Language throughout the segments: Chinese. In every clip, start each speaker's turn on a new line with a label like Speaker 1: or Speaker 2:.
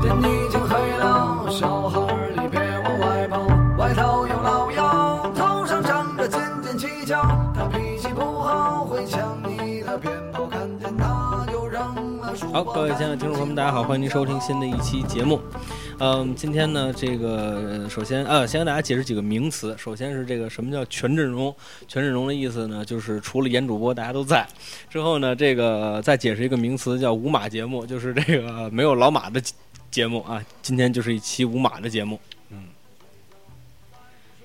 Speaker 1: 天已经黑了，小孩儿你别往外跑，外头有老妖，头上长着尖尖犄角，他脾气不好，会抢你的鞭炮，看见他就扔了书包。
Speaker 2: 好，各位亲爱的听众朋友们，大家好，欢迎您收听新的一期节目。嗯，今天呢，这个呃首先呃，先给大家解释几个名词。首先是这个什么叫全阵容？全阵容的意思呢，就是除了演主播，大家都在。之后呢，这个呃再解释一个名词叫无码节目，就是这个呃没有老马的节节目啊。今天就是一期无码的节目。嗯。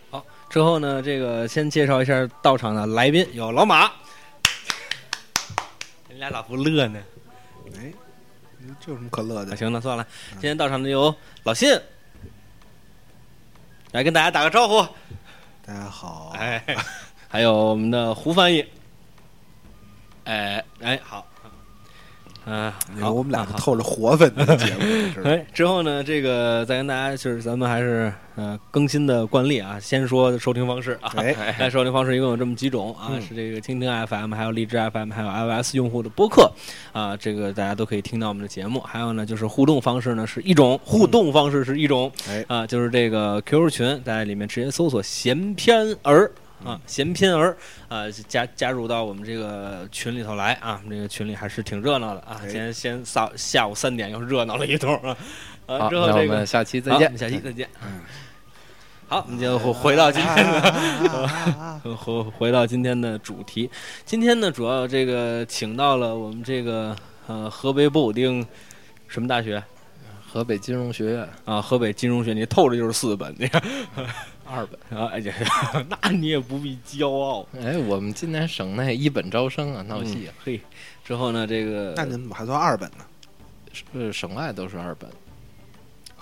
Speaker 2: 好，之后呢，这个先介绍一下到场的来宾，有老 马。你俩咋不乐呢？
Speaker 3: 哎，这有什么可乐
Speaker 2: 啊，
Speaker 3: 的？
Speaker 2: 行了，算了。今天到场的有老信，来跟大家打个招呼。
Speaker 3: 大家好，
Speaker 2: 哎，还有我们的胡翻译。哎哎，好。嗯、
Speaker 3: 你
Speaker 2: 好，
Speaker 3: 说哎我们俩
Speaker 2: 啊
Speaker 3: 是
Speaker 2: 好
Speaker 3: 透着活粉的节目，这是
Speaker 2: 哎，之后呢，这个再跟大家就是咱们还是呃更新的惯例啊，先说收听方式啊。
Speaker 3: 哎，嗯
Speaker 2: 哎，收听方式一共有这么几种啊，是这个蜻蜓 FM，还有荔枝 FM，还有 iOS 用户的播客啊，这个大家都可以听到我们的节目。还有呢，就是互动方式呢是一种，互动方式是一种，
Speaker 3: 哎
Speaker 2: 啊，就是这个 QQ 群，在里面直接搜索“闲篇儿”。啊，闲篇儿啊，加加入到我们这个群里头来啊，我们这个群里还是挺热闹的啊。
Speaker 3: 哎
Speaker 2: 今天先下下午三点又热闹了一通啊，啊，
Speaker 4: 好，
Speaker 2: 之后
Speaker 4: 那我
Speaker 2: 这个
Speaker 4: 们下期再
Speaker 2: 好我
Speaker 4: 见嗯
Speaker 2: 们。下期再见。好，我们就回到今天
Speaker 3: 啊
Speaker 2: 的。 回回到今天的主题，今天呢主要这个请到了我们这个呃河北布武定什么大学
Speaker 4: 河北金融学院
Speaker 2: 啊？河北金融学，你透着就是四本，你看
Speaker 4: 二本。
Speaker 2: 啊，哎呀， 那你也不必骄傲。
Speaker 4: 哎，我们今年省内一本招生啊，
Speaker 2: 嗯
Speaker 4: 闹戏啊，
Speaker 2: 嘿，之后呢这个
Speaker 3: 那你们还算二本呢？
Speaker 4: 是省外都是二本。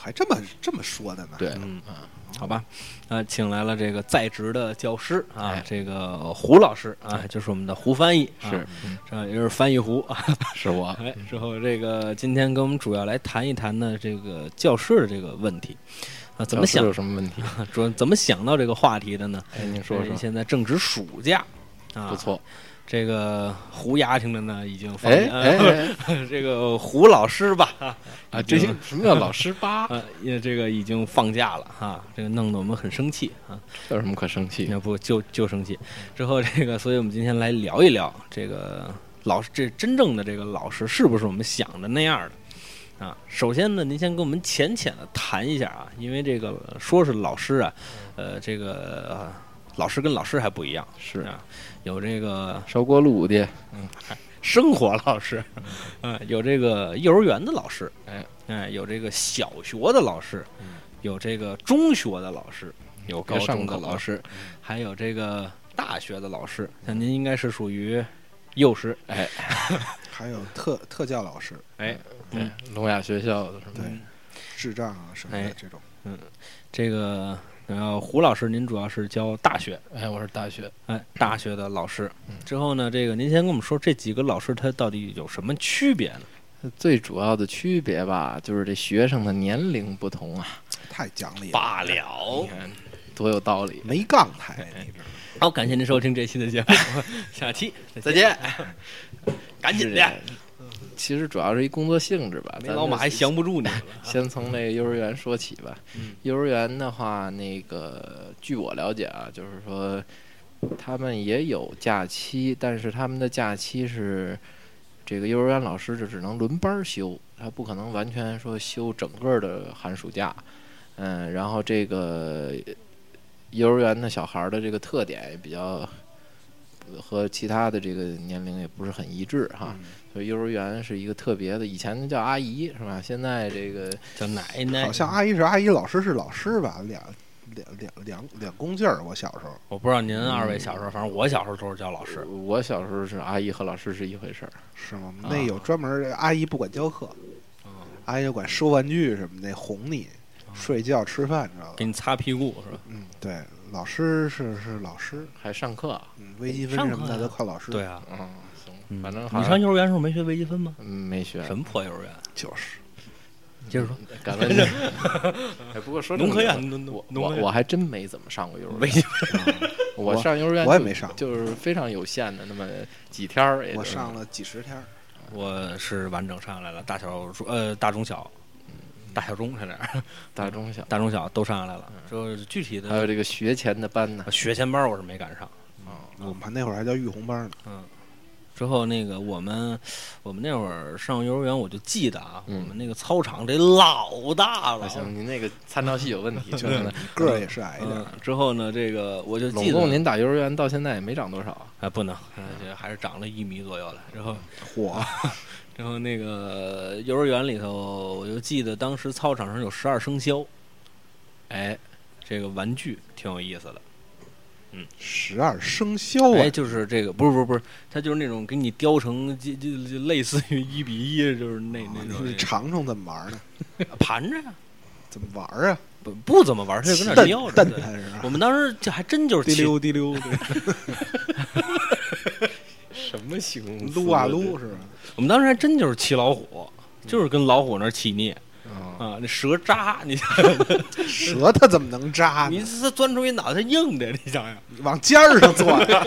Speaker 3: 还这么这么说的呢？
Speaker 4: 对，
Speaker 2: 嗯
Speaker 4: 啊，
Speaker 2: 好吧，啊，请来了这个在职的教师啊
Speaker 4: 哎，
Speaker 2: 这个胡老师啊，就是我们的胡翻译啊，
Speaker 4: 是嗯
Speaker 2: 这也是翻译胡啊。
Speaker 4: 是我。
Speaker 2: 哎，之后这个今天跟我们主要来谈一谈呢，这个教室的这个问题啊，怎么
Speaker 4: 老师
Speaker 2: 想
Speaker 4: 有什么问题？
Speaker 2: 主要怎么想到这个话题的呢？
Speaker 4: 哎，您说
Speaker 2: 因为
Speaker 4: 说。
Speaker 2: 现在正值暑假啊，
Speaker 4: 不。错。
Speaker 2: 这个胡牙听着呢，已经啊放
Speaker 4: 哎
Speaker 2: 言
Speaker 4: 哎 哎
Speaker 2: 这个胡老师吧，啊
Speaker 4: 啊，这些什么叫老师吧？
Speaker 2: 啊，也这个已经放假了哈、啊，这个弄得我们很生气啊。
Speaker 4: 有什么可生气？
Speaker 2: 要不就就生气。之后这个，所以我们今天来聊一聊这个老师，这真正的这个老师是不是我们想的那样的啊？首先呢，您先跟我们浅浅的谈一下啊，因为这个说是老师啊，呃，这个、呃老师跟老师还不一样，
Speaker 4: 是
Speaker 2: 啊，有这个
Speaker 4: 烧锅炉的，
Speaker 2: 生活老师，嗯、有这个幼儿园的老师，
Speaker 4: 哎
Speaker 2: 哎，有这个小学的老师，有这个中学的老师，有高
Speaker 4: 别上嗯
Speaker 2: 中的
Speaker 4: 口
Speaker 2: 老
Speaker 4: 了
Speaker 2: 师，还有这个大学的老师。像您应该是属于幼师，
Speaker 4: 哎
Speaker 3: 还有特特教老师，
Speaker 2: 哎，
Speaker 4: 对，嗯聋哑学校的什么
Speaker 3: 对，智障啊什么
Speaker 2: 哎
Speaker 3: 的这种，
Speaker 2: 这个呃胡老师，您主要是教大学，
Speaker 4: 的？哎，我是大学。
Speaker 2: 哎，大学的老师。
Speaker 4: 嗯
Speaker 2: 之后呢，这个您先跟我们说这几个老师他到底有什么区别呢？
Speaker 4: 最主要的区别吧，就是这学生的年龄不同啊。
Speaker 3: 太讲理了，
Speaker 2: 罢了
Speaker 4: 你看，多有道
Speaker 2: 嗯
Speaker 4: 理。
Speaker 3: 没杠抬，你知道吗
Speaker 2: 好，感谢您收听这期的节目， 下期
Speaker 4: 再见。
Speaker 2: 赶紧
Speaker 4: 是
Speaker 2: 的。
Speaker 4: 其实主要是一工作性质吧，
Speaker 2: 没
Speaker 4: 咱
Speaker 2: 老马还
Speaker 4: 就
Speaker 2: 降不住你了。
Speaker 4: 先从那个幼儿园说起吧。
Speaker 2: 嗯
Speaker 4: 幼儿园的话，那个据我了解啊，就是说他们也有假期，但是他们的假期是这个幼儿园老师就只能轮班儿休，他不可能完全说休整个儿的寒暑假。嗯，然后这个幼儿园的小孩儿的这个特点也比较和其他的这个年龄也不是很一致哈，
Speaker 3: 嗯
Speaker 4: 所以幼儿园是一个特别的，以前叫阿姨是吧？现在这个
Speaker 2: 叫奶奶，
Speaker 3: 好像阿姨是阿姨，老师是老师吧，俩两两两两公劲儿。我小时候
Speaker 2: 我不知道您
Speaker 4: 嗯
Speaker 2: 二位小时候，反正我小时候都是教老师。
Speaker 4: 我小时候是阿姨和老师是一回事儿，
Speaker 3: 是吗？
Speaker 4: 啊
Speaker 3: 那有专门儿阿姨不管教课，阿姨就管收玩具什么的，哄你睡觉吃饭，知道吧
Speaker 2: 给？你擦屁股是吧？
Speaker 3: 嗯，对，老师是是老师，
Speaker 4: 还上课啊。
Speaker 3: 嗯，微积分
Speaker 2: 上
Speaker 3: 什么
Speaker 2: 课
Speaker 3: 的
Speaker 2: 呀
Speaker 3: 都靠老师。
Speaker 2: 对，啊，
Speaker 4: 嗯，行，反正好
Speaker 2: 你
Speaker 4: 像
Speaker 2: 上幼儿园的时候没学微积分吗？
Speaker 4: 嗯没学，
Speaker 2: 什么破幼儿园？
Speaker 3: 就是
Speaker 2: 接着说，
Speaker 4: 感恩 的。哎，不过说这
Speaker 2: 农
Speaker 4: 么
Speaker 2: 科
Speaker 4: 个
Speaker 2: 院，农农
Speaker 4: 我
Speaker 2: 农
Speaker 4: 我
Speaker 2: 科院
Speaker 4: 我还真没怎么上过幼儿园，啊
Speaker 2: 没
Speaker 4: 我
Speaker 3: 我
Speaker 4: 上幼儿园
Speaker 3: 我也
Speaker 4: 就
Speaker 3: 没上
Speaker 4: 就是非常有限的那么几天儿。也
Speaker 2: 呃
Speaker 3: 我
Speaker 4: 就是
Speaker 3: 上了几十天儿，
Speaker 2: 我是完整上来了，大小中呃大中小，大小中差点儿，
Speaker 4: 大中小，
Speaker 2: 大中小都上来了。就是具体
Speaker 4: 还有
Speaker 2: 的
Speaker 4: 这个学前的班呢。
Speaker 2: 学前班我是没赶上。嗯
Speaker 3: 我们那会儿还叫育红班呢。
Speaker 2: 之后那个我们我们那会儿上幼儿园，我就记得啊，
Speaker 4: 嗯
Speaker 2: 我们那个操场这老大
Speaker 4: 不
Speaker 2: 了。
Speaker 4: 行，您那个参照系有问 题，兄弟们。
Speaker 3: 个儿也是矮一点
Speaker 2: 嗯
Speaker 3: 儿，，
Speaker 2: 之后呢，这个我就
Speaker 4: 总
Speaker 2: 记
Speaker 4: 共
Speaker 2: 得
Speaker 4: 您打幼儿园到现在也没长多少，
Speaker 2: 啊，不能，呃这还是长了一米左右了。之后
Speaker 3: 嚯，
Speaker 2: 嗯然后那个幼儿园里头，我就记得当时操场上有十二生肖，哎，这个玩具挺有意思的。
Speaker 3: 十二生肖啊
Speaker 2: 哎，！就是这个，不是不是不是，它就是那种给你雕成就就就类似于一比一，就是那
Speaker 3: 哦
Speaker 2: 那种
Speaker 3: 你尝尝怎么玩儿呢？
Speaker 2: 盘着呀，
Speaker 3: 怎么玩儿啊？
Speaker 2: 不不怎么玩，它就跟那儿撩着。
Speaker 3: 蛋
Speaker 2: 对
Speaker 3: 蛋是吧
Speaker 2: 我们当时就还真就是
Speaker 3: 滴
Speaker 2: 起
Speaker 3: 溜 滴溜，
Speaker 4: 什么形容
Speaker 3: 撸啊撸是吧？
Speaker 2: 我们当时还真就是骑老虎，就是跟老虎那儿起腻
Speaker 4: 啊，
Speaker 2: 啊，那蛇扎你，
Speaker 3: 舌头怎么能扎
Speaker 2: 你
Speaker 3: 呢？
Speaker 2: 它钻出一脑袋硬的，你想想。
Speaker 3: 你往尖儿上 坐呀，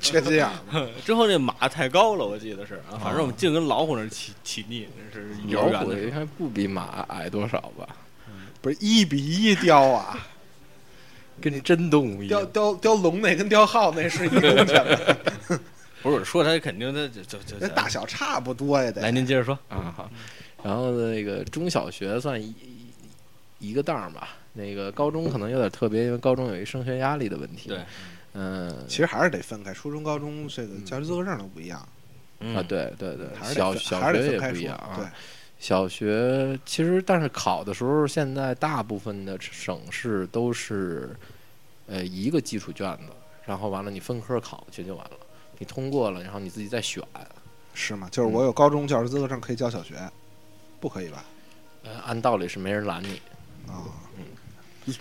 Speaker 3: 缺心眼儿吗？
Speaker 2: 之后那马太高了，我记得是，啊，反正我们净跟老虎那儿起起腻，那是幼儿园
Speaker 4: 老虎
Speaker 2: 的
Speaker 4: 应
Speaker 2: 时候。
Speaker 4: 该不比马矮多少吧？
Speaker 3: 不是一比一雕啊，
Speaker 4: 跟真动物一
Speaker 3: 雕
Speaker 4: 样。
Speaker 3: 雕雕龙那跟雕耗那是一工程的，
Speaker 2: 不是我说他肯定他就就就
Speaker 3: 那大小差不多呀
Speaker 2: 来，
Speaker 3: 得。
Speaker 2: 您接着说。
Speaker 4: 啊，好。然后那个中小学算一一个档儿吧，那个高中可能有点特别，因为高中有一升学压力的问题。
Speaker 2: 对，
Speaker 4: 嗯，
Speaker 3: 其实还是得分开，初中、高中这个教师资格证都不一样，
Speaker 2: 嗯
Speaker 4: 啊，对对对，
Speaker 3: 还是得
Speaker 4: 嗯小
Speaker 3: 分
Speaker 4: 小
Speaker 3: 还是
Speaker 4: 学
Speaker 3: 得分
Speaker 4: 也
Speaker 3: 开
Speaker 4: 不一
Speaker 3: 说
Speaker 4: 样啊。
Speaker 3: 对，
Speaker 4: 小学其实，但是考的时候，现在大部分的省市都是，呃，一个基础卷子，然后完了你分科考去就完了。你通过了，然后你自己再选。
Speaker 3: 是吗？
Speaker 4: 嗯
Speaker 3: 就是我有高中教师资格证可以教小学，不可以吧？
Speaker 4: 呃，按道理是没人拦你。
Speaker 3: 啊，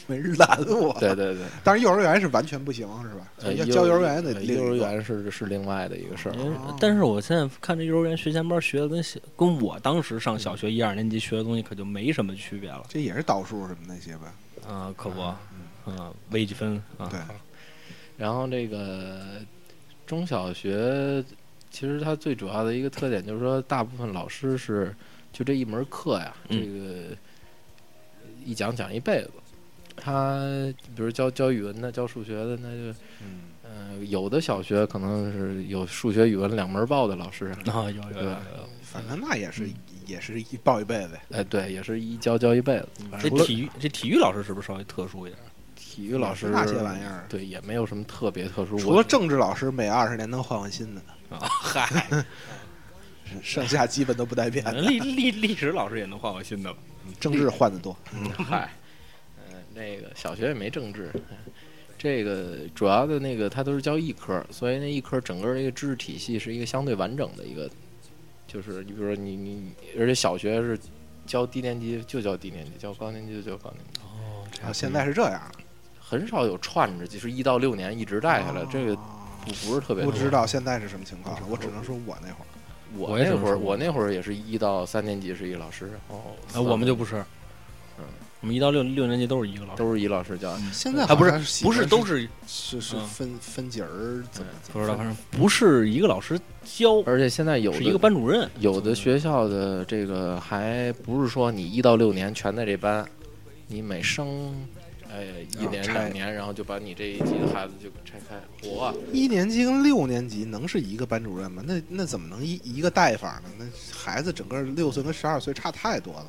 Speaker 3: 没人拦我。
Speaker 4: 嗯对对对，
Speaker 3: 但是幼儿园是完全不行，是吧？
Speaker 4: 呃，
Speaker 3: 要
Speaker 4: 幼
Speaker 3: 教幼儿园得
Speaker 4: 呃
Speaker 3: 另
Speaker 4: 幼儿
Speaker 3: 一个
Speaker 4: 园是是另外的一个事儿。
Speaker 3: 哦
Speaker 2: 但是我现在看这幼儿园学前班学的跟小跟我当时上小学一二年级学的东西可就没什么区别了
Speaker 3: 这也是导数什么那些吧？
Speaker 2: 啊，可不，啊，微积分啊，
Speaker 3: 对，
Speaker 4: 然后这个
Speaker 3: 嗯
Speaker 4: 中小学，其实它最主要的一个特点就是说，大部分老师是就这一门课呀，
Speaker 2: 嗯
Speaker 4: 这个一讲讲一辈子。他比如教教语文的，教数学的，那就
Speaker 3: 嗯，
Speaker 4: 呃，有的小学可能是有数学、语文两门儿报的老师，
Speaker 2: 啊，有有有有
Speaker 4: 对
Speaker 2: 有，
Speaker 3: 反正那也是
Speaker 4: 嗯
Speaker 3: 也是一抱一辈子。
Speaker 4: 哎，对，也是一教教一辈子。反
Speaker 2: 这
Speaker 4: 正除了
Speaker 2: 体育这体育老师是不是稍微特殊一点？
Speaker 4: 体育老师
Speaker 3: 那些玩意儿
Speaker 4: 对，也没有什么特别特殊。
Speaker 3: 除了政治老师，每二十年能换换新的，
Speaker 2: 啊，嗨，
Speaker 3: 剩下基本都不带变
Speaker 4: 嗯
Speaker 3: 的。
Speaker 2: 历历历史老师也能换我新的吧？
Speaker 3: 政治换的多，
Speaker 4: 嗨，呃，那个小学也没政治，嗯这个主要的那个它都是教一科，所以那一科整个一个知识体系是一个相对完整的一个，就是你比如说你你，你而且小学是教低年级就教低年级，教高年级就教高年级，
Speaker 2: 哦，这
Speaker 3: 啊
Speaker 4: 嗯
Speaker 3: 现在是这样的。
Speaker 4: 很少有串着，就是一到六年一直带下来，哎这个不不是特别
Speaker 3: 哦啊不
Speaker 4: 多。
Speaker 3: 知道现在是什么情况了，我只能说我那会儿
Speaker 4: 我
Speaker 2: 我也
Speaker 4: 那
Speaker 2: 这么
Speaker 4: 会儿
Speaker 2: 说
Speaker 4: 我那会儿也是一到三年级是一老师，哦，
Speaker 2: 啊，我们就不是，
Speaker 4: 嗯，
Speaker 2: 我们一到六六年级都是一个老师，
Speaker 4: 都是一老师教。
Speaker 3: 现在
Speaker 2: 啊，不
Speaker 3: 好像
Speaker 2: 是
Speaker 3: 喜
Speaker 2: 不
Speaker 3: 欢
Speaker 2: 是
Speaker 3: 是
Speaker 2: 都是
Speaker 3: 是是
Speaker 2: 嗯
Speaker 3: 分分级儿怎么怎么
Speaker 2: 不知道，反正不是一个老师教，
Speaker 4: 而且现在有的
Speaker 2: 是一个班主任，
Speaker 4: 有的学校的这个还不是说你一到六年全在这班，你每升呃一
Speaker 3: 啊
Speaker 4: 年
Speaker 3: 拆
Speaker 4: 两年，然后就把你这一级的孩子就给拆开。我
Speaker 3: 一年级跟六年级能是一个班主任吗？那那怎么能一一个带法呢？那孩子整个六岁跟十二岁差太多了，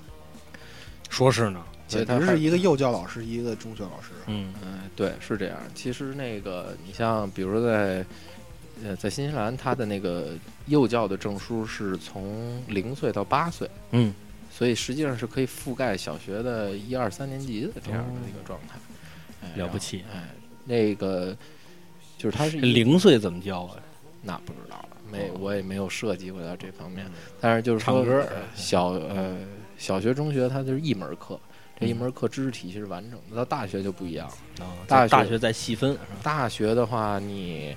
Speaker 2: 说是呢，
Speaker 4: 所以
Speaker 3: 简
Speaker 4: 他
Speaker 3: 直
Speaker 4: 还
Speaker 3: 是一个幼教老师，一个中学老师。
Speaker 2: 嗯
Speaker 4: 嗯、对，是这样。其实那个你像比如说在呃在新西兰，他的那个幼教的证书是从零岁到八岁，
Speaker 2: 嗯，
Speaker 4: 所以实际上是可以覆盖小学的一二三年级的这样的一个状态。哎
Speaker 2: 了不起，
Speaker 4: 然后哎，那个就是他是一个
Speaker 2: 零岁怎么教啊？
Speaker 4: 那不知道了，没我也没有涉及过到这方面。但是就是说
Speaker 2: 哦嗯唱歌哎
Speaker 4: 呃小呃小学、中学它就是一门课，这一
Speaker 2: 嗯
Speaker 4: 门课知识体系是完整的。到大学就不一样了，
Speaker 2: 哦
Speaker 4: 大
Speaker 2: 在大
Speaker 4: 学
Speaker 2: 学再细分，是吧
Speaker 4: 大学的话你。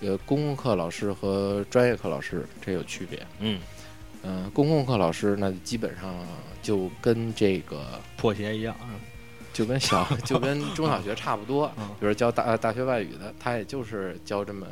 Speaker 4: 呃，公共课老师和专业课老师这有区别。
Speaker 2: 嗯
Speaker 4: 嗯、公共课老师那基本上就跟这个
Speaker 2: 破鞋一样，嗯
Speaker 4: 就跟小就跟中小学差不多
Speaker 2: 嗯，
Speaker 4: 比如教大大学外语的，他也就是教这么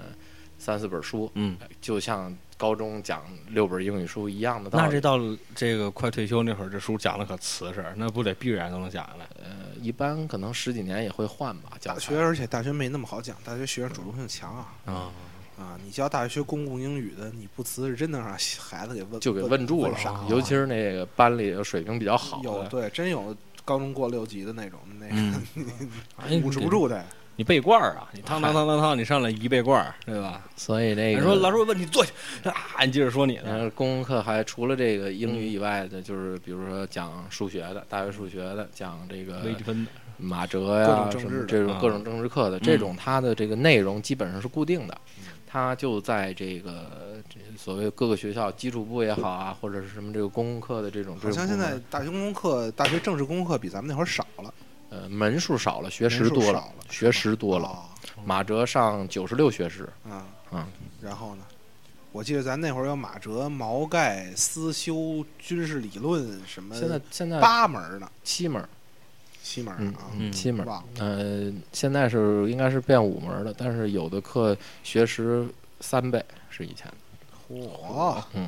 Speaker 4: 三四本书，
Speaker 2: 嗯，
Speaker 4: 就像高中讲六本英语书一样的道
Speaker 2: 那这
Speaker 4: 理。
Speaker 2: 到了这个快退休那会儿，这书讲的可瓷实，那不得必然都能讲下来。
Speaker 4: 呃，一般可能十几年也会换吧，教
Speaker 3: 大
Speaker 4: 材
Speaker 3: 学，而且大学没那么好讲，大学学生主动性强啊
Speaker 2: 啊，
Speaker 3: 啊！你教大学学公共英语的，你不辞是真能让孩子给问
Speaker 4: 就给
Speaker 3: 问
Speaker 4: 问住了
Speaker 3: 傻，
Speaker 4: 尤其是那个班里有水平比较好
Speaker 3: 有
Speaker 4: 的，
Speaker 3: 对，真有高中过六级的那种， 那
Speaker 2: 嗯，
Speaker 3: 捂持不住
Speaker 4: 哎
Speaker 3: 的。
Speaker 2: 你背罐儿啊，你汤汤汤汤汤，你上来一背罐儿，对吧？
Speaker 4: 所以那
Speaker 2: 你
Speaker 4: 个
Speaker 2: 说老师问你坐下，啊，你接着说你
Speaker 4: 然
Speaker 2: 的，
Speaker 4: 后公共课还除了这个英语以外的，就是比如说讲数学的，大学数学的，讲这个
Speaker 2: 微积分的，
Speaker 4: 马哲
Speaker 3: 各
Speaker 4: 呀
Speaker 3: 种政治
Speaker 4: 什么
Speaker 3: 的
Speaker 4: 这种
Speaker 2: 啊
Speaker 4: 各种政治课的，这种它的这个内容基本上是固定的，
Speaker 3: 嗯
Speaker 4: 它就在这个这所谓各个学校基础部也好啊，或者是什么这个公共课的这种，
Speaker 3: 好像
Speaker 4: 这
Speaker 3: 现
Speaker 4: 种
Speaker 3: 在大学公共课、大学政治公共课比咱们那会儿少了，
Speaker 4: 呃门数少了，学
Speaker 3: 人
Speaker 4: 时
Speaker 3: 数
Speaker 4: 多
Speaker 3: 少
Speaker 4: 了
Speaker 3: 了，
Speaker 4: 学时多了，
Speaker 3: 啊
Speaker 4: 马哲上九十六学时，
Speaker 3: 嗯
Speaker 4: 嗯
Speaker 3: 然后呢？我记得咱那会儿有马哲、毛概、思修、军事理论什么，
Speaker 4: 现在现在
Speaker 3: 呃八门儿呢，
Speaker 4: 七门儿，
Speaker 3: 七门儿
Speaker 4: 嗯
Speaker 3: 啊，
Speaker 4: 嗯，七门儿。
Speaker 3: 忘了
Speaker 4: 呃，现在是应该是变五门儿了，但是有的课学时三倍是以前的。哦
Speaker 3: 嚯，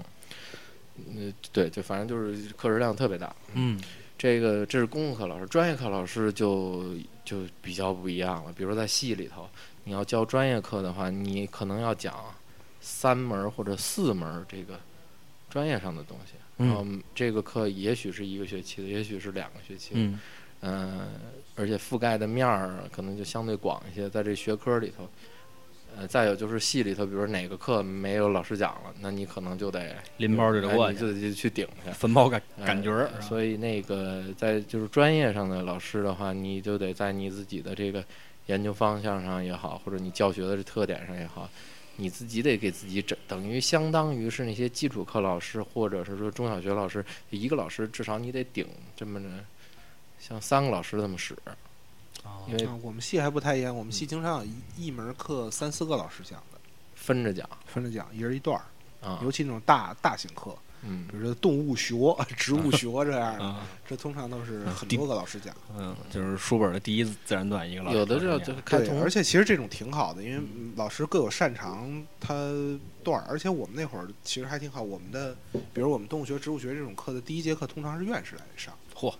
Speaker 4: 嗯，对，就反正就是课时量特别大。
Speaker 2: 嗯
Speaker 4: 这个这是公共课老师，专业课老师就就比较不一样了。比如说在系里头，你要教专业课的话，你可能要讲三门儿或者四门儿这个专业上的东西。
Speaker 2: 嗯
Speaker 4: 然
Speaker 2: 啊
Speaker 4: 后嗯这个课也许是一个学期的，也许是两个学期的。
Speaker 2: 嗯
Speaker 4: 嗯，而且覆盖的面儿可能就相对广一些，在这学科里头。呃，再有就是系里头，比如说哪个课没有老师讲了，那你可能就得
Speaker 2: 拎包就得过
Speaker 4: 哎你
Speaker 2: 去，
Speaker 4: 就得去顶去。
Speaker 2: 分包
Speaker 3: 哦
Speaker 2: 感
Speaker 4: 呃
Speaker 2: 感觉儿，以
Speaker 4: 所以那个在就是专业上的老师的话，你就得在你自己的这个研究方向上也好，或者你教学的这特点上也好，你自己得给自己整，等于相当于是那些基础课老师或者是说中小学老师，一个老师至少你得顶这么着，像三个老师这么使，
Speaker 2: 哦
Speaker 4: 因为
Speaker 3: 啊我们系还不太一样，我们系经常有一一门儿课三四个老师讲的，
Speaker 4: 分着讲
Speaker 3: 分着讲，一人一段儿，
Speaker 4: 啊
Speaker 3: 尤，其那种大大型课，
Speaker 4: 嗯
Speaker 3: 比，如说动物学、植物学这样的，
Speaker 2: 啊，
Speaker 3: 这通常都是
Speaker 2: 啊
Speaker 3: 很
Speaker 2: 定
Speaker 3: 多个老师讲。
Speaker 2: 嗯，就是书本的第一自然段一个老师
Speaker 4: 有的
Speaker 2: 说这
Speaker 4: 这就
Speaker 2: 样
Speaker 4: 是开
Speaker 3: 对，
Speaker 4: 通
Speaker 3: 而，且其实这种挺好的，因为老师各有擅长他段儿，而且我们那会儿其实还挺好。我们的，比如我们动物学、植物学这种课的第一节课，通常是院士来上。
Speaker 2: 嚯，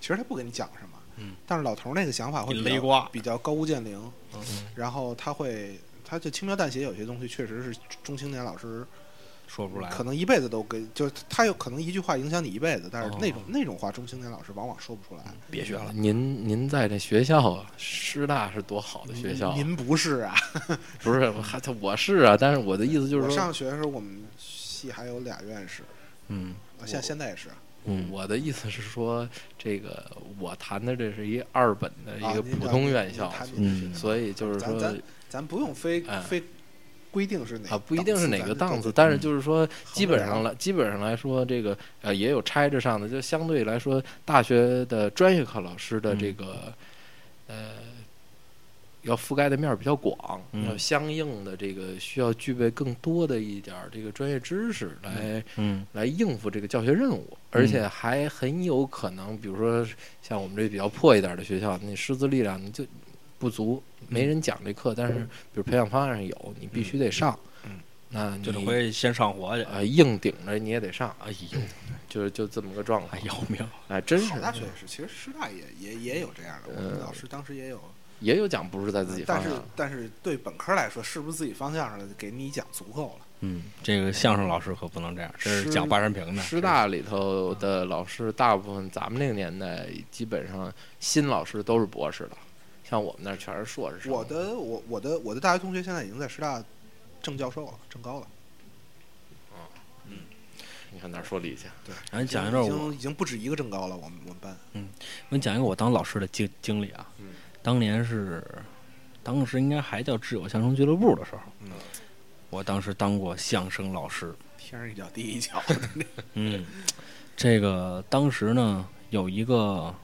Speaker 3: 其实他不跟你讲什么，
Speaker 2: 嗯
Speaker 3: 但是老头儿那个想法会
Speaker 2: 一
Speaker 3: 比
Speaker 2: 勒
Speaker 3: 较
Speaker 2: 瓜
Speaker 3: 比较高屋建瓴，
Speaker 2: 嗯
Speaker 3: 然后他会，他就轻描淡写，有些东西确实是中青年老师
Speaker 2: 说不出来，
Speaker 3: 可能一辈子都跟，就是他有可能一句话影响你一辈子，但是
Speaker 2: 哦嗯
Speaker 3: 那种、那种话中青年老师往往说不出来。
Speaker 2: 别学了，
Speaker 4: 您您在这学校啊，师大是多好的学校啊，
Speaker 3: 您不是啊？
Speaker 4: 不是，我还我是啊，但是我的意思就是
Speaker 3: 我
Speaker 4: 说
Speaker 3: 上。学的时候，我们系还有俩院士，
Speaker 2: 嗯
Speaker 3: 啊现现在也是。
Speaker 2: 嗯，
Speaker 4: 我的意思是说，这个我谈的这是一二本的
Speaker 3: 啊
Speaker 4: 一个
Speaker 3: 您
Speaker 4: 普
Speaker 3: 谈
Speaker 4: 通
Speaker 3: 您
Speaker 4: 院
Speaker 3: 您
Speaker 4: 校，
Speaker 3: 谈
Speaker 2: 您
Speaker 4: 所
Speaker 2: 的
Speaker 4: 以所以就是
Speaker 3: 咱
Speaker 4: 说
Speaker 3: 咱哎咱不用非
Speaker 4: 哎
Speaker 3: 非规定是哪
Speaker 4: 啊，不一定是哪个档次，
Speaker 3: 但
Speaker 4: 但是就是说，基本
Speaker 3: 衡
Speaker 4: 上
Speaker 3: 量
Speaker 4: 来基本上来说，这个呃也有拆着上的，就相对来说，大学的专业课老师的
Speaker 2: 嗯
Speaker 4: 这个呃要覆盖的面儿比较广，
Speaker 2: 嗯
Speaker 4: 要相应的这个需要具备更多的一点儿这个专业知识来
Speaker 2: 嗯
Speaker 4: 来应付这个教学任务，而且还很有可能，比如说像我们这比较破一点的学校，那师资力量就不足，没人讲这课，但是比如培养方案上有，你必须得上，
Speaker 3: 嗯，
Speaker 4: 那你
Speaker 2: 就得回去先上火去，
Speaker 4: 呃硬顶着你也得上，
Speaker 2: 哎呦，
Speaker 4: 就是就这么个状
Speaker 2: 还
Speaker 4: 态，
Speaker 2: 要命，
Speaker 4: 哎，真是
Speaker 3: 好大学也是，嗯其实师大也也也有这样的，我们老师当时也有，呃
Speaker 4: 也有讲不是在自己方
Speaker 3: 但
Speaker 4: 向
Speaker 3: 是
Speaker 4: 的，
Speaker 3: 但是对本科来说，是不是自己方向上的给你讲足够了？
Speaker 2: 嗯，这个相声老师可不能这样，这是
Speaker 4: 师
Speaker 2: 讲八山平的，
Speaker 4: 师大里头的老师，大部分咱们那个年代，基本上新老师都是博士的，像我们那儿全是硕士生。
Speaker 3: 我的我我的我的大学同学现在已经在师大正教授了，正高了，
Speaker 4: 你看哪儿说理去？
Speaker 2: 咱哎讲一段
Speaker 3: 已
Speaker 2: 我
Speaker 3: 经已经不止一个正高了，我们我们班
Speaker 2: 我给你讲一个我当老师的经经历啊，
Speaker 4: 嗯
Speaker 2: 当年是，当时应该还叫挚友相声俱乐部的时候，
Speaker 3: 嗯
Speaker 2: 我当时当过相声老师，
Speaker 3: 天上一脚地一 脚，
Speaker 2: 嗯，这个当时呢有一个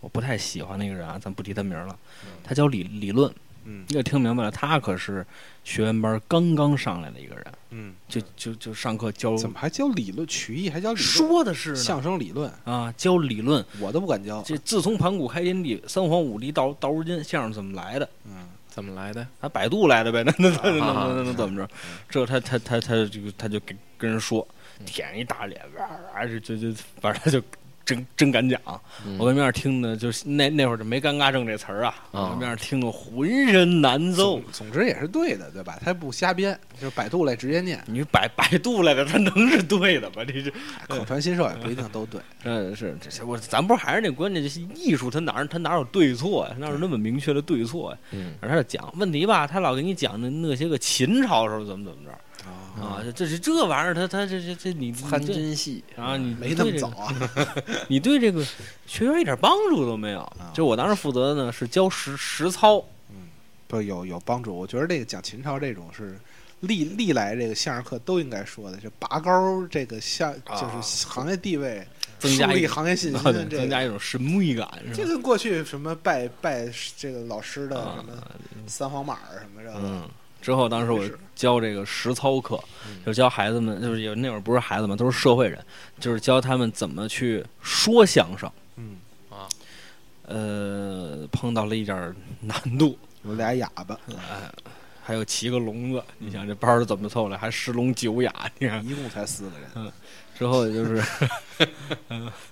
Speaker 2: 我不太喜欢那个人啊，咱不提他名儿了，他教理理论，
Speaker 3: 嗯
Speaker 2: 你也听明白了，他可是学员班刚刚上来的一个人，
Speaker 3: 嗯，
Speaker 2: 就就就上课教，
Speaker 3: 怎么还教理论曲艺，还教理论
Speaker 2: 说的是呢
Speaker 3: 嗯相声理论，
Speaker 2: 啊，教理论。
Speaker 3: 我都不敢教。
Speaker 2: 这自从盘古开天地，三皇五帝到到如今，相声怎么来的？
Speaker 3: 嗯，
Speaker 4: 怎么来的？
Speaker 2: 他百度来的呗，那那那那那那
Speaker 4: 啊
Speaker 2: 能怎么着？这他他他他就他就跟跟人说，舔一大脸，哇哇，就就就反正他就真真敢讲。
Speaker 4: 嗯
Speaker 2: 我跟面儿听的，就是那那会儿就没尴尬症这词儿啊，
Speaker 4: 啊
Speaker 2: 我跟面儿听的浑身难受
Speaker 3: 总。总之也是对的，对吧？他不瞎编，就是百度来直接念，
Speaker 2: 你百百度来的，他能是对的吗？这是
Speaker 3: 口传心授也不一定都对。
Speaker 2: 嗯，是这些我咱不是还是那观念，就是艺术它哪儿它哪有对错呀？哪有那么明确的对错呀？
Speaker 4: 嗯，
Speaker 2: 而他就讲问题吧，他老给你讲那那些个秦朝时候怎么怎么着
Speaker 3: 啊，
Speaker 2: 啊？这这是这玩意儿，他他这这这你
Speaker 4: 参真戏
Speaker 2: 啊，你
Speaker 3: 没那么早
Speaker 2: 早，
Speaker 3: 啊。
Speaker 2: 你对这个学员一点帮助都没有。
Speaker 3: 啊
Speaker 2: 就我当时负责的呢是教实实操，
Speaker 3: 不有有帮助。我觉得这个讲秦朝这种是历历来这个相声课都应该说的，就拔高这个相就是行业地位，
Speaker 2: 啊增加
Speaker 3: 树
Speaker 2: 一
Speaker 3: 立
Speaker 2: 个啊
Speaker 3: 行业信 心，
Speaker 2: 对
Speaker 3: 这
Speaker 2: 增加
Speaker 3: 个
Speaker 2: 一种神秘感是吧？
Speaker 3: 这跟过去什么拜拜这个老师的
Speaker 2: 啊
Speaker 3: 什么三皇马儿什么的，
Speaker 2: 嗯，之后当时我
Speaker 3: 是
Speaker 2: 教这个实操课，
Speaker 3: 嗯
Speaker 2: 就教孩子们，就是有那会儿不是孩子们，都是社会人，就是教他们怎么去说相声。
Speaker 3: 嗯
Speaker 4: 啊，
Speaker 2: 呃，碰到了一点儿难度，
Speaker 3: 有俩哑巴，
Speaker 2: 嗯还有骑个笼子，你想这班儿怎么凑来？还十聋九哑，你看
Speaker 3: 一共才四个人，
Speaker 2: 之后就是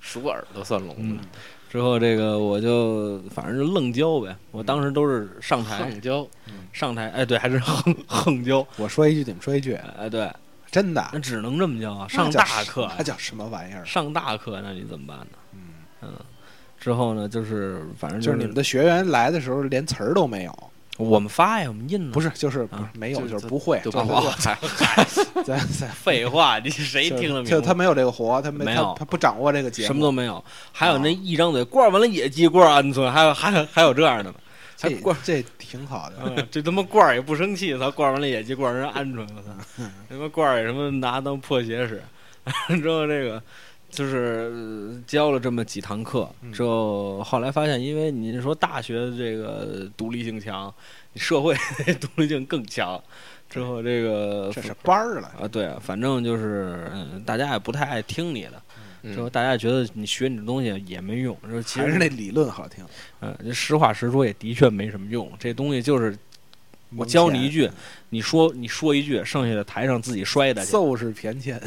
Speaker 4: 数耳朵算聋
Speaker 2: 嗯
Speaker 4: 的，
Speaker 2: 之后这个我就反正就愣教呗，我当时都是上台
Speaker 4: 横交
Speaker 2: 上台，哎对，还是横横教，
Speaker 3: 我说一句你们说一句，
Speaker 2: 哎对，
Speaker 3: 真的
Speaker 2: 那只能这么教啊，
Speaker 3: 那
Speaker 2: 上
Speaker 3: 叫
Speaker 2: 大
Speaker 3: 什
Speaker 2: 课呀
Speaker 3: 那叫什么玩意儿？
Speaker 2: 上大课，那你怎么办呢？
Speaker 3: 嗯
Speaker 2: 之后呢，就是反正
Speaker 3: 就是你们的学员来的时候连词儿都没有，
Speaker 2: 我们发呀，我们印呢，
Speaker 3: 不
Speaker 2: 是
Speaker 3: 是就是不是
Speaker 2: 啊
Speaker 3: 没有
Speaker 4: 就
Speaker 3: 就是
Speaker 4: 就
Speaker 3: 不会，
Speaker 4: 就
Speaker 3: 就是
Speaker 4: 不会
Speaker 3: 咱咱
Speaker 2: 废话，你谁
Speaker 3: 就是
Speaker 2: 听得
Speaker 3: 就
Speaker 2: 明
Speaker 3: 他
Speaker 2: 白？
Speaker 3: 没有这个活，他没
Speaker 2: 没
Speaker 3: 他
Speaker 2: 有
Speaker 3: 他不掌握这个节目，
Speaker 2: 什么都没有，还有
Speaker 3: 啊
Speaker 2: 那一张嘴罐儿完了也鸡罐儿鹌鹑，还有还有还有这样的呢，还嗯
Speaker 3: 这
Speaker 2: 罐
Speaker 3: 这挺好 的，
Speaker 2: 儿，这他妈罐儿也不生气，操，罐儿完了也鸡罐儿人鹌鹑，我操，
Speaker 3: 嗯
Speaker 2: 他妈罐儿也什么拿当破鞋使， 之后这个。就是呃教了这么几堂课
Speaker 3: 嗯
Speaker 2: 之后，后来发现，因为你说大学这个独立性强，你社会 独立性更强，之后这个
Speaker 3: 这是班儿了。
Speaker 2: 啊，对啊，反正就是，嗯，大家也不太爱听你的，
Speaker 4: 嗯
Speaker 2: 之后大家觉得你学你的东西也没用，说 其
Speaker 3: 还是
Speaker 2: 实，
Speaker 3: 那理论好听，
Speaker 2: 嗯，这实话实说也的确没什么用，这东西就是我
Speaker 3: 蒙
Speaker 2: 教你
Speaker 3: 钱
Speaker 2: 一句，你说你说一句，剩下的台上自己摔的去，
Speaker 3: 揍是偏见，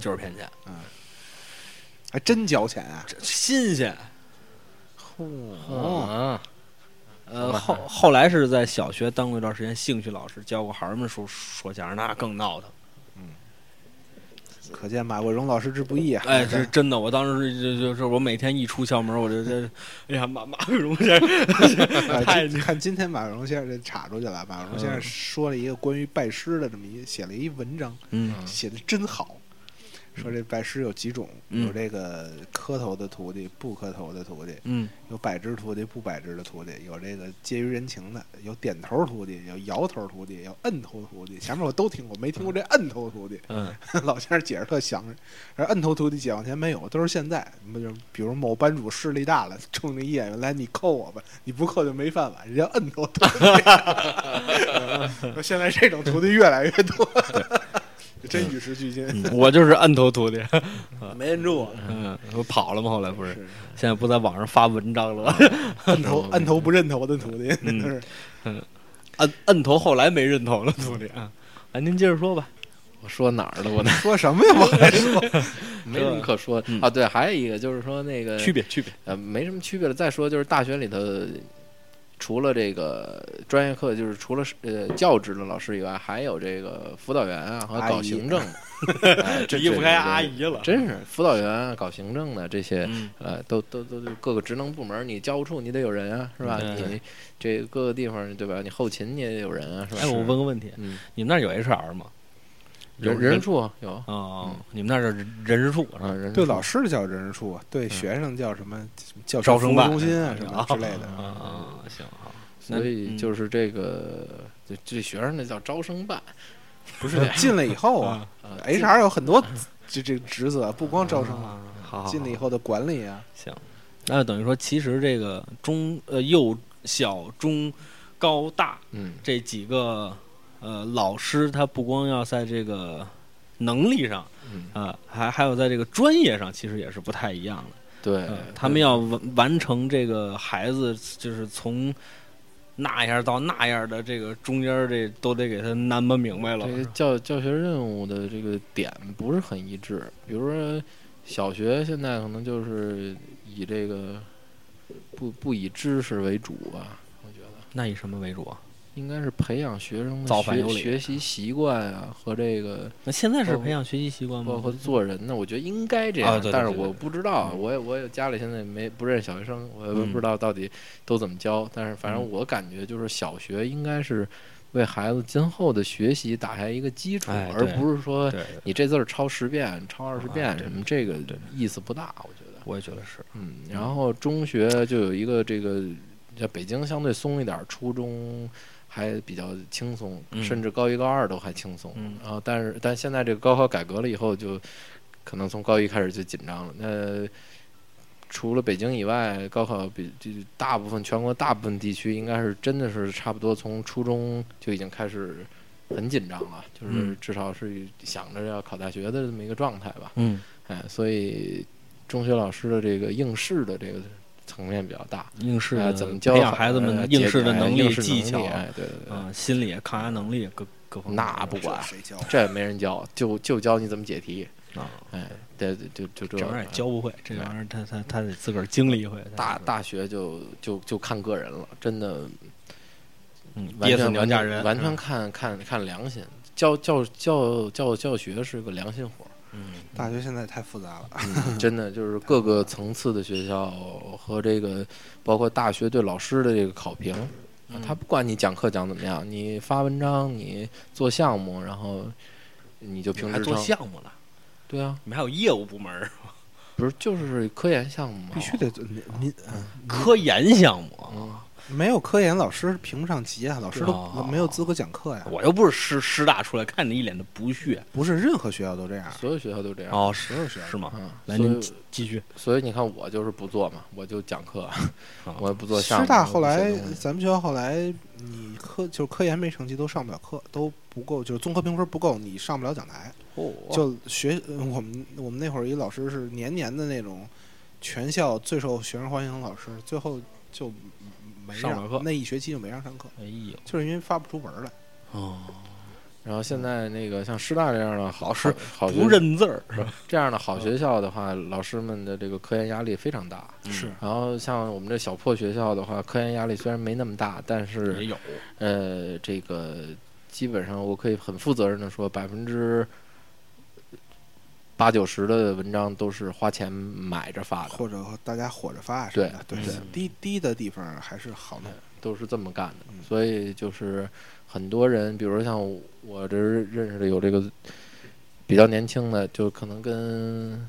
Speaker 2: 就是偏见，
Speaker 3: 还真交钱啊！
Speaker 2: 这新鲜。
Speaker 3: 哦，
Speaker 4: 啊，
Speaker 2: 呃，后后来是在小学当过一段时间兴趣老师，教过孩儿们说说相声，那更闹腾。
Speaker 3: 可见马国荣老师之不易啊！
Speaker 2: 哎， 这是真的，我当时就就就是我每天一出校门，我就这，哎呀，马马伟荣 先生
Speaker 3: 哎
Speaker 2: 太
Speaker 3: 今看今天马国荣先生这岔出去了，马国荣先生
Speaker 2: 嗯
Speaker 3: 说了一个关于拜师的这么一写了一文章，
Speaker 2: 嗯
Speaker 3: 写的真好。说这拜师有几种，
Speaker 2: 嗯
Speaker 3: 有这个磕头的徒弟，不磕头的徒弟，
Speaker 2: 嗯
Speaker 3: 有摆直徒弟，不摆直的徒弟，有这个介于人情的，有点头徒弟，有摇头徒弟，有摁头徒弟。前面我都听过，没听过这摁头徒弟。
Speaker 2: 嗯，
Speaker 3: 老先生解释特详细，而摁头徒弟解放前没有，都是现在。那就比如某班主势力大了，冲着一演员来，你扣我吧，你不扣就没饭碗，人家摁头徒弟。 现在这种徒弟越来越多，真与时俱进，
Speaker 2: 嗯我就是摁头徒弟。
Speaker 3: 没摁住。
Speaker 2: 嗯，我跑了吗？后来不是，
Speaker 3: 是
Speaker 2: 现在不在网上发文章了 吗？
Speaker 3: 摁
Speaker 2: 嗯
Speaker 3: 头摁头不认头的徒弟，那是
Speaker 2: 摁摁头后来没认头了，徒弟啊。啊，您接着说吧。
Speaker 4: 我说哪儿 了？我那
Speaker 3: 说什么呀？我还说。
Speaker 4: 没什么可说的
Speaker 2: 嗯
Speaker 4: 啊。对，还有一个就是说那个
Speaker 2: 区别区别，
Speaker 4: 呃，没什么区别了。再说就是大学里头，除了这个专业课，就是除了是呃教职的老师以外，还有这个辅导员啊和
Speaker 3: 阿
Speaker 4: 搞
Speaker 3: 姨
Speaker 4: 行政的，哎这
Speaker 2: 离不开
Speaker 4: 这
Speaker 2: 阿姨了。
Speaker 4: 真是辅导员啊、搞行政的这些，
Speaker 2: 嗯
Speaker 4: 呃，都都都都各个职能部门儿，你教务处你得有人啊，是吧？
Speaker 2: 嗯对
Speaker 4: 你这各个地方对吧？你后勤你也得有人啊，是吧？
Speaker 2: 哎，我问个问题，
Speaker 4: 嗯，
Speaker 2: 你们那儿有 HR 吗？
Speaker 4: 人人事处啊有啊，
Speaker 2: 哦，你们那儿是人啊事处
Speaker 4: 人事
Speaker 3: 对
Speaker 4: 处
Speaker 3: 老师叫人事处啊，对学生叫什么叫
Speaker 2: 嗯招生办
Speaker 3: 中心啊什么之类的。
Speaker 2: 啊啊，行啊，
Speaker 4: 所以
Speaker 2: 嗯
Speaker 4: 就是这个，这这学生那叫招生 办，
Speaker 3: 不是进来以后啊
Speaker 2: 嗯
Speaker 4: 啊
Speaker 3: ，HR 有很多这这职责，不光招生啊，
Speaker 2: 好，好
Speaker 3: 进来以后的管理啊，
Speaker 2: 行。那等于说，其实这个中呃幼小中高大
Speaker 4: 嗯
Speaker 2: 这几个呃老师，他不光要在这个能力上
Speaker 4: 嗯，
Speaker 2: 啊、还还有在这个专业上，其实也是不太一样的。
Speaker 4: 嗯对
Speaker 2: 呃，他们要完完成这个孩子，就是从那样到那样的这个中间儿这都得给他难不明白了
Speaker 4: 这。个教教学任务的这个点不是很一致。比如说，小学现在可能就是以这个不不以知识为主吧，我觉得
Speaker 2: 那以什么为主啊？
Speaker 4: 应该是培养学生
Speaker 2: 造
Speaker 4: 的
Speaker 2: 反有
Speaker 4: 学
Speaker 2: 理
Speaker 4: 学习习惯啊和这个
Speaker 2: 那现在是
Speaker 4: 包括
Speaker 2: 培养学习习惯吗？
Speaker 4: 包括做人呢。我觉得应该这
Speaker 2: 嗯啊
Speaker 4: 样
Speaker 2: 对，对
Speaker 4: 但是
Speaker 2: 对
Speaker 4: 我
Speaker 2: 对
Speaker 4: 不知道，我也我也家里现在没不认识小学生，我也
Speaker 2: 嗯
Speaker 4: 不知道到底都怎么教。但是反
Speaker 2: 嗯
Speaker 4: 正我感觉就是小学应该是为孩子今后的学习打下一个基础，
Speaker 2: 哎
Speaker 4: 而
Speaker 2: 对
Speaker 4: 不是说。
Speaker 2: 对，
Speaker 4: 你这字儿抄十遍、抄二十
Speaker 2: 啊
Speaker 4: 遍
Speaker 2: 对
Speaker 4: 什么，这个
Speaker 2: 对
Speaker 4: 意思不大，我觉得。
Speaker 2: 我也觉得是。
Speaker 4: 嗯，然后中学就有一个这个，在北京相对松一点儿，初中还比较轻松，
Speaker 2: 嗯
Speaker 4: 甚至高一、高二都还轻松。
Speaker 2: 嗯
Speaker 4: 然后，但是但现在这个高考改革了以后，就可能从高一开始就紧张了。那除了北京以外，高考比就大部分全国大部分地区应该是真的是差不多从初中就已经开始很紧张了，就是
Speaker 2: 嗯
Speaker 4: 至少是想着要考大学的这么一个状态吧。
Speaker 2: 嗯，
Speaker 4: 哎，所以中学老师的这个应试的这个层面比较大，
Speaker 2: 应试
Speaker 4: 啊，
Speaker 2: 的
Speaker 4: 怎么教
Speaker 2: 呃培养
Speaker 4: 好
Speaker 2: 孩子们
Speaker 4: 呃
Speaker 2: 的应
Speaker 4: 解
Speaker 2: 试的
Speaker 4: 哎
Speaker 2: 能
Speaker 4: 应
Speaker 2: 力、
Speaker 4: 试
Speaker 2: 技巧
Speaker 4: 力哎，对对对，
Speaker 2: 啊，心理、抗压能力各各方面。
Speaker 4: 那不管，
Speaker 3: 谁教？
Speaker 4: 这也没人教，就就教你怎么解题，
Speaker 2: 啊，
Speaker 4: 哎，对，就就这
Speaker 2: 这玩意儿
Speaker 4: 哎
Speaker 2: 也教不会，这玩意儿他他他得自个儿经历一回。
Speaker 4: 大大学就就就看个人了，真的
Speaker 2: 嗯，
Speaker 4: 完
Speaker 2: 憋死
Speaker 4: 全
Speaker 2: 娘
Speaker 4: 完
Speaker 2: 家
Speaker 4: 全
Speaker 2: 人，嗯
Speaker 4: 完全看看看良心。教教教教教学是个良心活儿，
Speaker 2: 嗯
Speaker 3: 大学现在太复杂了，
Speaker 4: 嗯真的就是各个层次的学校和这个包括大学对老师的这个考评，
Speaker 2: 嗯
Speaker 4: 他不管你讲课讲怎么样，你发文章，你做项目，然后你就评
Speaker 2: 还
Speaker 4: 职
Speaker 2: 做
Speaker 4: 称。
Speaker 2: 项目呢，
Speaker 4: 对啊，
Speaker 2: 你们还有业务部门儿、
Speaker 4: 不是就是科研项目嘛，
Speaker 3: 必须得您您
Speaker 2: 科研项目。
Speaker 4: 嗯。
Speaker 3: 嗯没有科研老师评不上级啊，老师
Speaker 2: 哦
Speaker 3: 都没有资格讲课呀。
Speaker 2: 我又不是师师大出来，看你一脸的不屑。
Speaker 3: 不是任何学校都这样，
Speaker 4: 所有学校都这样。
Speaker 2: 哦，
Speaker 3: 所有
Speaker 2: 是
Speaker 3: 学校
Speaker 2: 是吗？
Speaker 4: 嗯，
Speaker 2: 来，
Speaker 4: 所
Speaker 2: 您
Speaker 4: 以
Speaker 2: 继继续。
Speaker 4: 所以你看，我就是不做嘛，我就讲课，我也不做项目。
Speaker 3: 师大
Speaker 4: 我
Speaker 3: 后
Speaker 4: 不写
Speaker 3: 来
Speaker 4: 东，西
Speaker 3: 咱们学校后来，你科就是科研没成绩都上不了课，都不够，就是综合评分不够，你上不了讲台。就学呃我们我们那会儿一老师是年年的那种全校最受学生欢迎的老师，最后就没
Speaker 2: 上不了课
Speaker 3: 让那一学期就没让上课，
Speaker 2: 哎呦，
Speaker 3: 就是因为发不出文来。
Speaker 2: 哦，
Speaker 4: 然后现在那个像师大这样的好
Speaker 2: 老师
Speaker 4: 好学
Speaker 2: 不认字儿，
Speaker 4: 这样的好学校的话，老师们的这个科研压力非常大。
Speaker 3: 是
Speaker 4: 然后像我们这小破学校的话，科研压力虽然没那么大，但是
Speaker 2: 也有
Speaker 4: 呃，这个基本上我可以很负责任的说，百分之八九十的文章都是花钱买着发的，
Speaker 3: 或者和大家火着发什么的，
Speaker 4: 对
Speaker 3: 对
Speaker 4: 对
Speaker 3: 低低的地方还是好弄。
Speaker 4: 都是这么干的。
Speaker 3: 嗯
Speaker 4: 所以就是很多人，比如像我这儿认识的有这个比较年轻的，就可能跟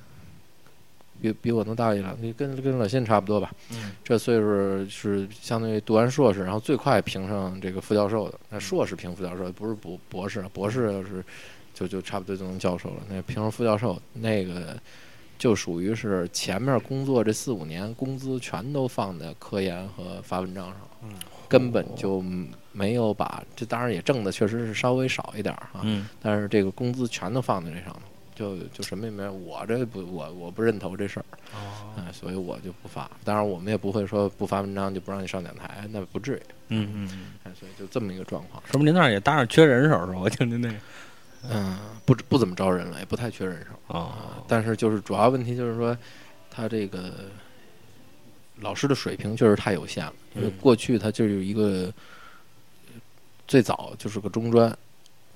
Speaker 4: 比比我能大一两，跟跟老信差不多吧。
Speaker 2: 嗯
Speaker 4: 这岁数是相当于读完硕士，然后最快评上这个副教授的。那硕士评副教授，不是博博士，啊博士要是就就差不多就能教授了。那评上副教授，那个就属于是前面工作这四五年，工资全都放在科研和发文章上
Speaker 3: 嗯，
Speaker 4: 根本就没有把这当然也挣的确实是稍微少一点儿啊，
Speaker 2: 嗯，
Speaker 4: 但是这个工资全都放在这上头，就就什么也没有。我这不，我我不认头这事儿，
Speaker 2: 哦，
Speaker 4: 啊、所以我就不发。当然，我们也不会说不发文章就不让你上讲台，那不至于。
Speaker 2: 嗯嗯嗯，
Speaker 4: 哎，所以就这么一个状况。
Speaker 2: 是不是您那儿也搭上缺人手是吧？我听您那个
Speaker 4: 嗯，不不怎么招人了，也不太缺人手。啊
Speaker 2: 哦，
Speaker 4: 但是就是主要问题就是说，他这个老师的水平确实太有限了。因为
Speaker 2: 嗯
Speaker 4: 过去他就是一个最早就是个中专，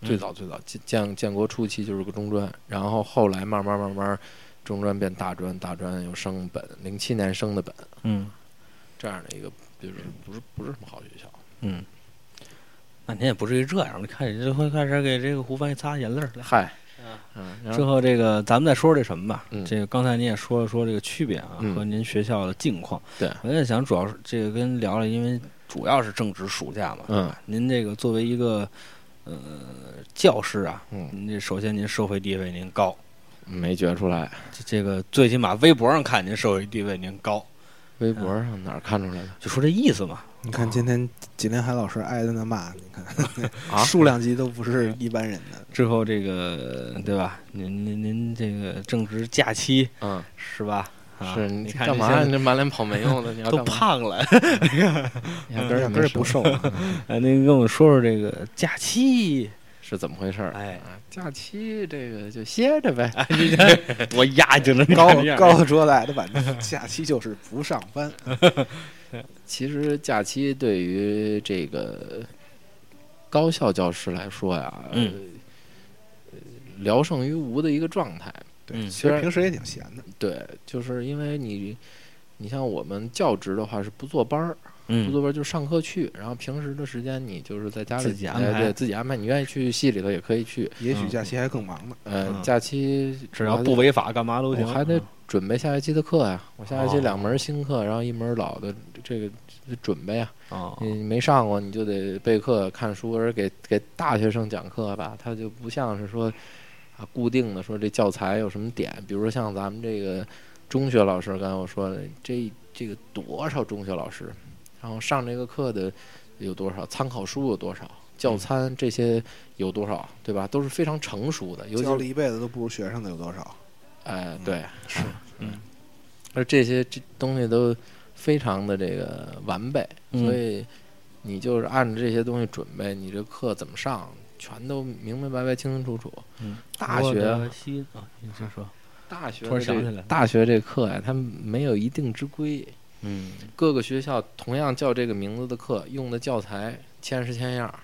Speaker 4: 最
Speaker 2: 嗯
Speaker 4: 早最早建建建国初期就是个中专，然后后来慢慢慢慢中专变大专，大专又升本，零七年升的本。
Speaker 2: 嗯
Speaker 4: 这样的一个，就是不是不是什么好学校。
Speaker 2: 嗯，那您也不至于这样，你看你这会开始给这个胡帆擦眼泪儿来。
Speaker 4: 嗨，嗯，然
Speaker 2: 之
Speaker 4: 后
Speaker 2: 后这个咱们再说说这什么吧。
Speaker 4: 嗯
Speaker 2: 这个刚才您也说了说这个区别啊，
Speaker 4: 嗯
Speaker 2: 和您学校的境况。
Speaker 4: 对
Speaker 2: 我在想主要是这个跟您聊了，因为主要是正值暑假嘛。
Speaker 4: 嗯
Speaker 2: 您这个作为一个呃教师啊，
Speaker 4: 嗯，
Speaker 2: 您这首先您社会地位您高，
Speaker 4: 没觉出来，
Speaker 2: 这这个最起码微博上看您社会地位您高，
Speaker 4: 微博上哪儿看出来的？
Speaker 2: 就说这意思嘛。
Speaker 3: 你看今天纪连海老师挨的那骂，你看、
Speaker 4: 啊
Speaker 3: 数量级都不是一般人的。
Speaker 2: 之后这个对吧？您您您这个正值假期
Speaker 4: 嗯，
Speaker 2: 是吧？啊、
Speaker 4: 是
Speaker 2: 你看
Speaker 4: 干
Speaker 2: 这
Speaker 4: 嘛
Speaker 2: 现
Speaker 4: 呀？
Speaker 2: 在
Speaker 4: 你这满脸跑没用的，你要
Speaker 2: 都
Speaker 4: 干嘛？
Speaker 2: 胖了，
Speaker 4: 你嗯压根儿
Speaker 3: 压根儿也不
Speaker 4: 瘦，
Speaker 2: 哎，您跟我说说这个假期，
Speaker 4: 是怎么回事儿？
Speaker 2: 哎
Speaker 4: 啊，假期这个就歇着呗。
Speaker 2: 哎，你
Speaker 4: 嗯
Speaker 2: 看多压劲了，你
Speaker 3: 高
Speaker 2: 看这样
Speaker 3: 高说来的吧， 假期就是不上 班。
Speaker 4: 其实假期对于这个高校教师来说呀，
Speaker 2: 嗯
Speaker 4: 呃，聊胜于无的一个状态。
Speaker 3: 对，
Speaker 2: 嗯
Speaker 3: 其实平时也挺闲的。
Speaker 4: 对，就是因为你，你像我们教职的话是不坐班儿，不
Speaker 2: 嗯，
Speaker 4: 坐班儿就上课去，然后平时的时间你就是在家里
Speaker 2: 自己安
Speaker 4: 哎
Speaker 2: 排
Speaker 4: 对自己安排，你愿意去系里头也可以去。
Speaker 3: 也许假期还更忙呢。
Speaker 4: 呃，
Speaker 2: 嗯
Speaker 4: 假期
Speaker 2: 只要
Speaker 4: 我还
Speaker 2: 不违法，干嘛都
Speaker 4: 我
Speaker 2: 行。嗯
Speaker 4: 还得准备下学期的课呀、我下学期
Speaker 2: 哦
Speaker 4: 两门新课，然后一门老的，这个这准备啊。
Speaker 2: 哦，
Speaker 4: 你没上过，你就得备课、看书，而给给大学生讲课吧，他就不像是说啊固定的说这教材有什么点，比如说像咱们这个中学老师，刚才我说的这这个多少中学老师，然后上这个课的有多少，参考书有多少，教参这些有多少，对吧？都是非常成熟的，尤
Speaker 3: 教
Speaker 4: 其
Speaker 3: 了
Speaker 4: 是
Speaker 3: 一辈子都不如学生的有多少？
Speaker 4: 哎对，
Speaker 3: 是
Speaker 2: 嗯，
Speaker 4: 而这些这东西都非常的这个完备。所
Speaker 2: 嗯
Speaker 4: 以你就是按着这些东西准备，你这课怎么上，全都明明白白、清清楚楚。
Speaker 2: 嗯
Speaker 4: 大
Speaker 2: 我
Speaker 4: 学
Speaker 2: 的心啊，你先说，
Speaker 4: 大学
Speaker 2: 突然
Speaker 4: 的
Speaker 2: 想
Speaker 4: 这
Speaker 2: 起来了
Speaker 4: 大学这课呀、它没有一定之规，
Speaker 2: 嗯
Speaker 4: 各个学校同样叫这个名字的课，用的教材千式千样儿。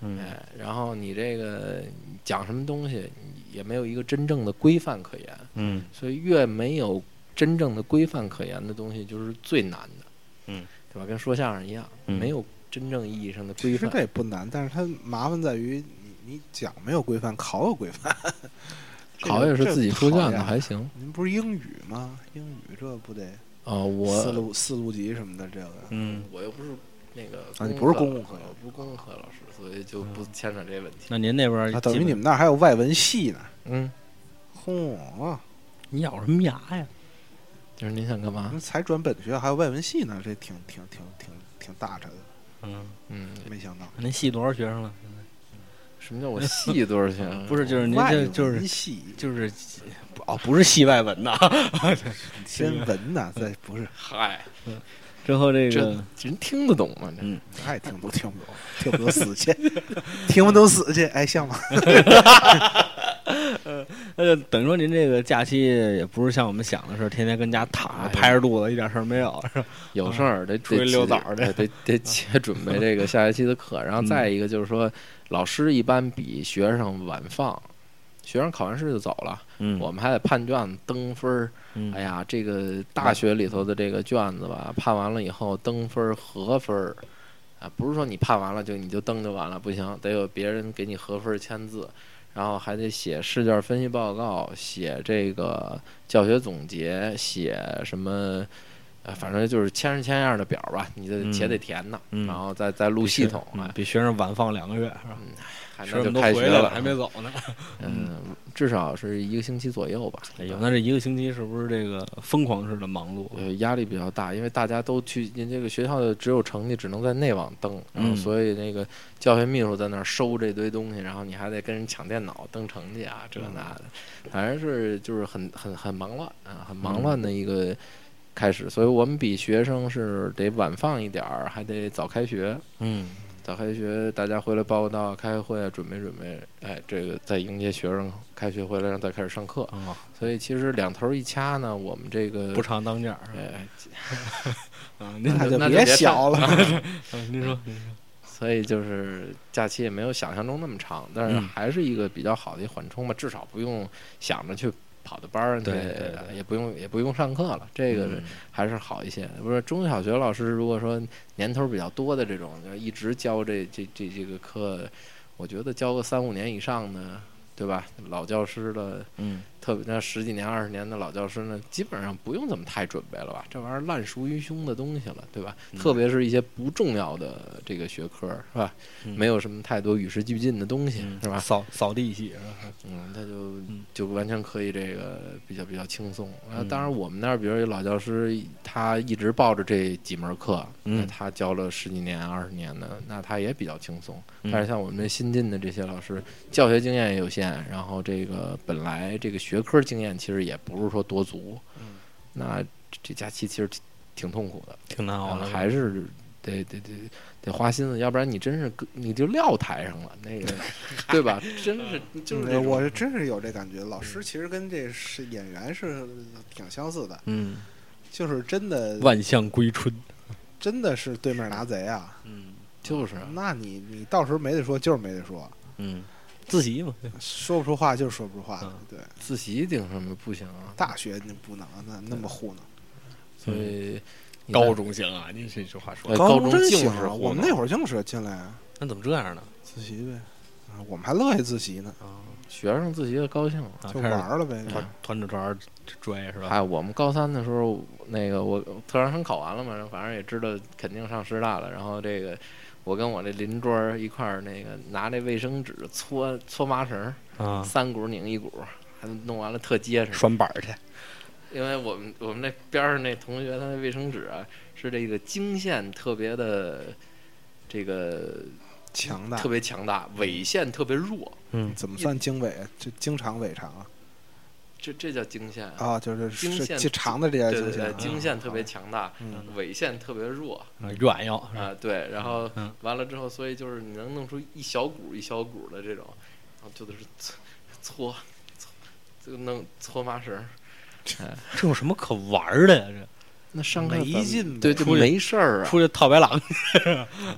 Speaker 2: 嗯
Speaker 4: 哎，然后你这个讲什么东西，也没有一个真正的规范可言。
Speaker 2: 嗯
Speaker 4: 所以越没有真正的规范可言的东西，就是最难的。
Speaker 2: 嗯，
Speaker 4: 对吧？跟说相声一样，
Speaker 2: 嗯
Speaker 4: 没有真正意义上的规
Speaker 3: 其实
Speaker 4: 范
Speaker 3: 这。也不难，但是它麻烦在于你你讲没有规范，考有规范。这个
Speaker 4: 考也是自己出卷
Speaker 3: 这
Speaker 4: 的，
Speaker 3: 讨厌
Speaker 4: 还行。
Speaker 3: 您不是英语吗？英语这不得四
Speaker 4: 啊、我
Speaker 3: 路四路级什么的，这个
Speaker 2: 嗯，
Speaker 4: 我又不是那个
Speaker 3: 啊你不是公共
Speaker 4: 共
Speaker 3: 课
Speaker 4: 我不是公共课老师，所以就不牵扯这问题。
Speaker 2: 那您那边
Speaker 3: 啊，等于
Speaker 2: 基
Speaker 3: 你
Speaker 2: 本
Speaker 3: 们那儿还有外文系呢。
Speaker 4: 嗯，
Speaker 3: 嚯、
Speaker 2: 你咬什么牙呀？
Speaker 4: 就是您想干
Speaker 3: 你
Speaker 4: 嘛？
Speaker 3: 们才转本学还有外文系呢，这挺挺挺挺挺大着的，
Speaker 2: 嗯，
Speaker 4: 嗯，
Speaker 3: 没想到。
Speaker 2: 您系多少学生了？？
Speaker 4: 什么叫我系多少钱
Speaker 2: 不是，就是您
Speaker 3: 外
Speaker 2: 这就是
Speaker 3: 文系
Speaker 2: 就是哦，不是系外 文呐。
Speaker 3: 先文呐，再不是
Speaker 4: 嗨，
Speaker 2: 之后这
Speaker 4: 这
Speaker 2: 个
Speaker 4: 人听得懂吗？
Speaker 2: 嗯
Speaker 4: 这
Speaker 3: 爱听都听不懂，听不懂死去，听不懂死去，哎，像吗？
Speaker 2: 呃，等于说您这个假期也不是像我们想的是天天跟家躺着
Speaker 4: 哎
Speaker 2: 拍着肚子一点事儿没有，是吧？
Speaker 4: 有事儿得
Speaker 2: 啊出去
Speaker 4: 得
Speaker 2: 遛早儿去啊嗯
Speaker 4: 得得得切 准备这个下学期的课。然后再一个就是说，老师一般比学生晚放，学生考完试就走了，
Speaker 2: 嗯
Speaker 4: 我们还得判卷子、登分儿。
Speaker 2: 嗯
Speaker 4: 哎呀，这个大学里头的这个卷子吧，判完了以后登分儿、合分儿啊，不是说你判完了就你就登就完了，不行，得有别人给你合分儿签字，然后还得写试卷分析报告，写这个教学总结，写什么。呃，反正就是千式千样的表儿吧，你
Speaker 2: 嗯
Speaker 4: 得且得填呢，
Speaker 2: 嗯
Speaker 4: 然后再再录
Speaker 2: 比
Speaker 4: 系
Speaker 2: 学
Speaker 4: 统
Speaker 2: 嗯
Speaker 4: 啊，
Speaker 2: 比学生晚放两个月，是吧？
Speaker 4: 还
Speaker 2: 学
Speaker 4: 那
Speaker 2: 生
Speaker 4: 就
Speaker 2: 嗯都
Speaker 4: 开
Speaker 2: 回
Speaker 4: 学
Speaker 2: 来
Speaker 4: 了，
Speaker 2: 还没走呢。
Speaker 4: 嗯，至少是一个星期左右吧。嗯
Speaker 2: 哎呦，那这一个星期是不是这个疯狂式的忙碌？
Speaker 4: 呃，压力比较大，因为大家都去，您这个学校的只有成绩只能在内网登，然后
Speaker 2: 嗯
Speaker 4: 所以那个教学秘书在那儿收这堆东西，然后你还得跟人抢电脑登成绩啊，这那的，
Speaker 2: 嗯
Speaker 4: 反正是就是很很很忙乱啊，很忙乱的一个开始，所以我们比学生是得晚放一点儿，还得早开学，
Speaker 2: 嗯
Speaker 4: 早开学大家回来报个到，开个会，啊准备准备，哎，这个再迎接学生开学回来，然后再开始上课，
Speaker 2: 啊，
Speaker 4: 所以其实两头一掐呢，我们这个
Speaker 2: 不常当家儿
Speaker 4: 嗯哎。
Speaker 2: 啊。您
Speaker 3: 那
Speaker 4: 就
Speaker 3: 就
Speaker 4: 那就
Speaker 3: 别
Speaker 4: 别
Speaker 3: 小 了，
Speaker 2: 啊您说，您说，
Speaker 4: 所以就是假期也没有想象中那么长，但是
Speaker 2: 嗯
Speaker 4: 还是一个比较好的一缓冲吧，至少不用想着去跑到班儿去，
Speaker 2: 对对对
Speaker 4: 也不用也不用上课了，这个
Speaker 2: 嗯
Speaker 4: 还是好一些。不是中小学老师，如果说年头比较多的这种，就是一直教这这这这个课，我觉得教个三五年以上的，对吧？老教师了，
Speaker 2: 嗯
Speaker 4: 特别那十几年、二十年的老教师呢，基本上不用怎么太准备了吧？这玩意儿烂熟于胸的东西了，对吧？
Speaker 2: 嗯
Speaker 4: 特别是一些不重要的这个学科，是吧？
Speaker 2: 嗯
Speaker 4: 没有什么太多与时俱进的东西，
Speaker 2: 嗯
Speaker 4: 是吧？
Speaker 2: 扫扫地系是吧？
Speaker 4: 嗯，他就
Speaker 2: 嗯
Speaker 4: 就完全可以这个比较比较轻松。啊
Speaker 2: 嗯，
Speaker 4: 当然我们那儿，比如有老教师，他他一直抱着这几门课，
Speaker 2: 嗯
Speaker 4: 那他教了十几年、二十年的，那他也比较轻松。
Speaker 2: 嗯
Speaker 4: 但是像我们这新进的这些老师，教学经验也有限，然后这个本来这个学科经验其实也不是说多足，
Speaker 3: 嗯
Speaker 4: 那这假期其实挺挺痛苦的，
Speaker 2: 挺难熬
Speaker 4: 然后
Speaker 2: 的，
Speaker 4: 还是得得得得花心思，要不然你真是搁你就撂台上了，那 个对吧？真是就是这
Speaker 3: 嗯
Speaker 4: 种
Speaker 3: 我是真是有这感觉，老师其实跟这是演员是呃挺相似的，
Speaker 2: 嗯，
Speaker 3: 就是真的
Speaker 2: 万象归春，
Speaker 3: 真的是对面拿贼啊！
Speaker 2: 嗯
Speaker 4: 就是啊
Speaker 3: 那你你到时候没得说，就是没得说，
Speaker 2: 嗯，自习嘛，
Speaker 3: 说不出话就是说不出话
Speaker 2: 嗯。
Speaker 3: 对，
Speaker 4: 自习顶什么不行啊，
Speaker 3: 大学你不能那那么糊弄，
Speaker 4: 所以你看
Speaker 2: 嗯高中行啊，您这句话说
Speaker 4: 呃
Speaker 2: 的，
Speaker 4: 高
Speaker 3: 中
Speaker 4: 中
Speaker 3: 真
Speaker 4: 净
Speaker 3: 行
Speaker 4: 是
Speaker 3: 啊！
Speaker 4: 糊
Speaker 3: 我们
Speaker 4: 弄
Speaker 3: 那会儿净是进来
Speaker 2: 那怎么这样呢？
Speaker 3: 自习呗，啊，我们还乐意自习呢，
Speaker 2: 啊，
Speaker 4: 学生自习就高兴了。
Speaker 2: 啊
Speaker 3: 就
Speaker 2: 开
Speaker 3: 玩
Speaker 2: 始
Speaker 3: 儿了
Speaker 4: 嗯
Speaker 3: 呗。
Speaker 2: 团团着团儿拽是吧？
Speaker 4: 哎，我们高三的时候，那个我特长生考完了嘛，反正也知道肯定上师大了。然后这个我跟我这邻桌儿一块儿那个拿这卫生纸搓搓麻绳儿，
Speaker 2: 啊，
Speaker 4: 三股拧一股，还弄完了特结实。
Speaker 2: 拴板儿去，
Speaker 4: 因为我们我们那边儿上那同学他那卫生纸啊，是这个经线特别的这个
Speaker 3: 强大
Speaker 4: 特，别强大，纬线特别弱。
Speaker 2: 嗯
Speaker 3: 怎么算经纬？就经常纬长啊？
Speaker 4: 这这叫经线啊！
Speaker 3: 啊，就是
Speaker 4: 经
Speaker 3: 是
Speaker 4: 线
Speaker 3: 这长的这条
Speaker 4: 对对
Speaker 3: 经线
Speaker 4: 对，
Speaker 3: 啊，
Speaker 4: 经线特别强大，
Speaker 3: 嗯
Speaker 4: 纬线特别弱。
Speaker 2: 啊远要是吧
Speaker 4: 啊，对，然后
Speaker 2: 嗯
Speaker 4: 完了之后，所以就是你能弄出一小股一小股的这种，然后就是搓搓搓，就弄搓麻绳儿。
Speaker 2: 这有什么可玩儿的呀？
Speaker 4: 那上
Speaker 3: 课没咱们劲呗
Speaker 4: 对，就
Speaker 2: 出去
Speaker 4: 没事儿
Speaker 2: 这
Speaker 4: 啊。
Speaker 2: 出去套白狼，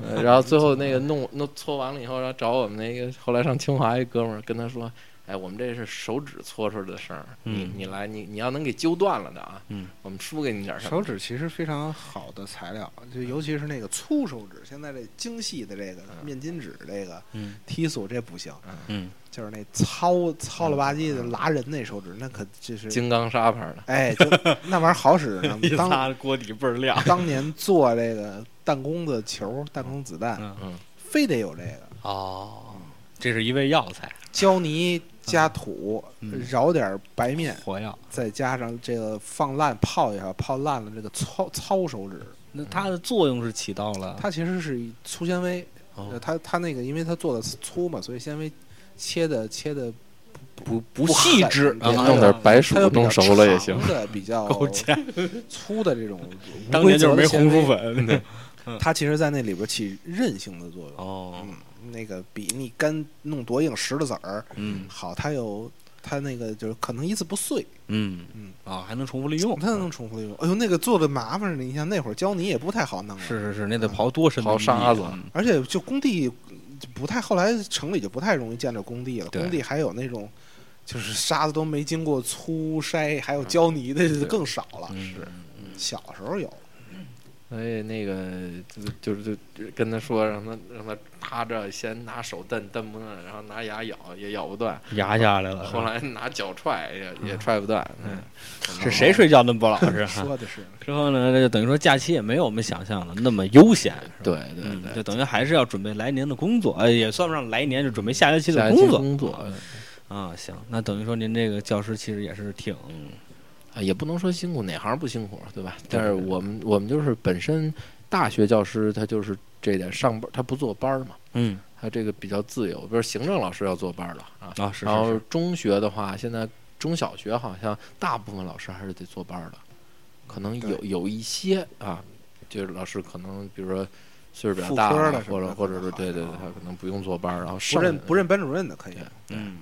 Speaker 4: 呃然后最后那个弄弄搓完了以后，然后找我们那个后来上清华一哥们儿跟他说：“哎，我们这是手指搓出来的绳儿，你
Speaker 2: 嗯
Speaker 4: 你来，你你要能给揪断了的啊，
Speaker 2: 嗯
Speaker 4: 我们输给你点儿什么。”
Speaker 3: 手指其实非常好的材料，
Speaker 4: 嗯
Speaker 3: 就尤其是那个粗手指，现在这精细的这个面巾纸这个
Speaker 2: 嗯
Speaker 3: 踢速这不行，啊
Speaker 2: 嗯，
Speaker 3: 就是那糙糙了吧唧的
Speaker 4: 嗯
Speaker 3: 拉人那手指，那可就是
Speaker 4: 金刚砂牌儿的，
Speaker 3: 哎，就那玩意儿好使呢
Speaker 2: 一。
Speaker 3: 当
Speaker 2: 擦锅底倍儿 亮，
Speaker 3: 当年做这个弹弓的球、弹弓子弹，
Speaker 2: 嗯
Speaker 4: 嗯，
Speaker 3: 非得有这个
Speaker 2: 哦，这是一味药材，
Speaker 3: 胶泥加土，
Speaker 2: 嗯
Speaker 3: 饶点儿白面，
Speaker 2: 火药。
Speaker 3: 再加上这个放烂泡一下，泡烂了这个糙糙手指，
Speaker 2: 那它的作用是起到了，
Speaker 3: 它其实是以粗纤维，
Speaker 2: 哦
Speaker 3: 呃它它那个因为它做的粗嘛，所以纤维切的切的
Speaker 2: 不不
Speaker 3: 不
Speaker 2: 细
Speaker 3: 狠
Speaker 2: 致，
Speaker 3: 对
Speaker 2: 啊
Speaker 3: 弄点
Speaker 4: 白
Speaker 3: 它有比较长的比 较
Speaker 2: 够呛。
Speaker 3: 粗的这种无
Speaker 2: 当年
Speaker 3: 规
Speaker 2: 就是
Speaker 3: 则
Speaker 2: 没
Speaker 3: 的
Speaker 2: 红
Speaker 3: 纤
Speaker 2: 薯
Speaker 3: 维，
Speaker 2: 粉，对，
Speaker 3: 它其实在那里边起韧性的作用。
Speaker 2: 哦，
Speaker 3: 嗯，那个比你干弄多硬石头子儿
Speaker 2: 嗯
Speaker 3: 好，它有它那个就是可能一次不碎，
Speaker 2: 嗯
Speaker 3: 嗯
Speaker 2: 啊，还能重复利
Speaker 4: 哦
Speaker 2: 用，
Speaker 3: 它能重复利用。哎呦，那个做的麻烦着你像那会儿胶泥也不太好弄了，
Speaker 2: 是是是，那得刨多深的
Speaker 4: 刨
Speaker 2: 地
Speaker 4: 沙子
Speaker 2: 嗯
Speaker 3: 而且就工地就不太，后来城里就不太容易见着工地了。
Speaker 2: 对
Speaker 3: 工地还有那种就是沙子都没经过粗筛，
Speaker 4: 嗯
Speaker 3: 还有胶泥的就更少了。
Speaker 2: 是
Speaker 3: 小时候 有，
Speaker 4: 所以那个就就就跟他说，让他让他趴着，先拿手蹬蹬不断，然后拿牙咬也咬不断，
Speaker 2: 压下来了。
Speaker 4: 后来拿脚踹也也踹不断。嗯，
Speaker 2: 啊是谁睡觉那么不老实？哈
Speaker 3: 说的是
Speaker 2: 之后呢，那就等于说假期也没有我们想象的那么悠闲，
Speaker 4: 对对
Speaker 2: 嗯，
Speaker 4: 对，
Speaker 2: 就等于还是要准备来年的工作，呃，也算不上来年，就准备下学期
Speaker 4: 下
Speaker 2: 的
Speaker 4: 一期
Speaker 2: 工作
Speaker 4: 工作
Speaker 2: 啊。行，那等于说您这个教师其实也是挺
Speaker 4: 啊，也不能说辛苦，哪行不辛苦，对吧？但是我们我们就是本身大学教师他就是这点上班，他不坐班儿嘛，
Speaker 2: 嗯
Speaker 4: 他这个比较自由。比如行政老师要坐班儿了啊，
Speaker 2: 啊，是
Speaker 4: 然
Speaker 2: 是
Speaker 4: 后
Speaker 2: 是，
Speaker 4: 中学的话，现在中小学好像大部分老师还是得坐班儿的，可能有有一些啊，就是老师可能比如说岁数比较
Speaker 3: 副
Speaker 4: 大
Speaker 3: 科
Speaker 4: 了
Speaker 3: 的什
Speaker 4: 或
Speaker 3: 么
Speaker 4: 者
Speaker 3: 的
Speaker 4: 或
Speaker 3: 可
Speaker 4: 者
Speaker 3: 能
Speaker 4: 是
Speaker 3: 好
Speaker 4: 对
Speaker 3: 一
Speaker 4: 对
Speaker 3: 点
Speaker 4: 对，他可能不用坐班儿，然后
Speaker 3: 不
Speaker 4: 上
Speaker 3: 认不认班主任的可以，
Speaker 2: 嗯，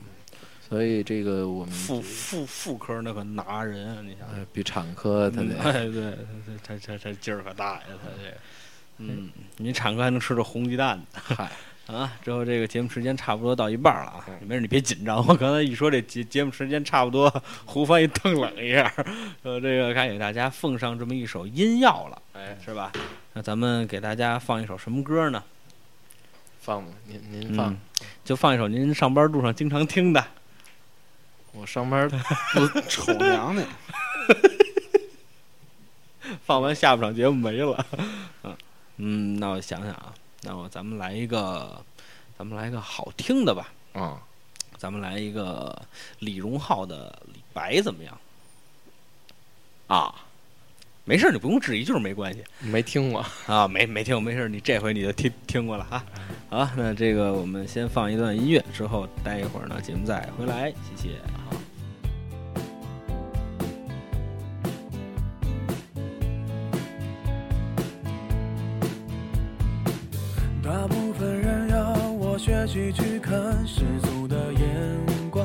Speaker 4: 所以这个我们
Speaker 2: 副副副科那可拿人啊，你想
Speaker 4: 呃比产科他
Speaker 2: 嗯
Speaker 4: 得
Speaker 2: 哎，对，他他他他劲儿可大呀，他这个，嗯，你产科还能吃着红鸡蛋呢
Speaker 4: 嗨，
Speaker 2: 啊！之后这个节目时间差不多到一半了啊，没事你别紧张，我刚才一说这节节目时间差不多，胡翻一瞪冷一下，呃，这个该给大家奉上这么一首音药了，
Speaker 4: 哎
Speaker 2: 是吧？那咱们给大家放一首什么歌呢？
Speaker 4: 放吧您您放
Speaker 2: 嗯，，就放一首您上班路上经常听的，
Speaker 4: 我上班儿
Speaker 3: 丑娘 呢。
Speaker 4: 啊
Speaker 2: 放完下半场节目没了。嗯嗯，那我想想啊，那我咱们来一个，咱们来一个好听的吧，
Speaker 4: 啊
Speaker 2: 咱们来一个李荣浩的《李白》怎么样？
Speaker 4: 啊
Speaker 2: 没事儿，你不用质疑，就是没关系
Speaker 4: 没听过。
Speaker 2: 啊，没没听，没事儿，你这回你就听听过了哈。好，那这个我们先放一段音乐，之后待一会儿呢，节目再回来，谢谢。好。
Speaker 1: 大部分人让我学习去看世俗的眼光，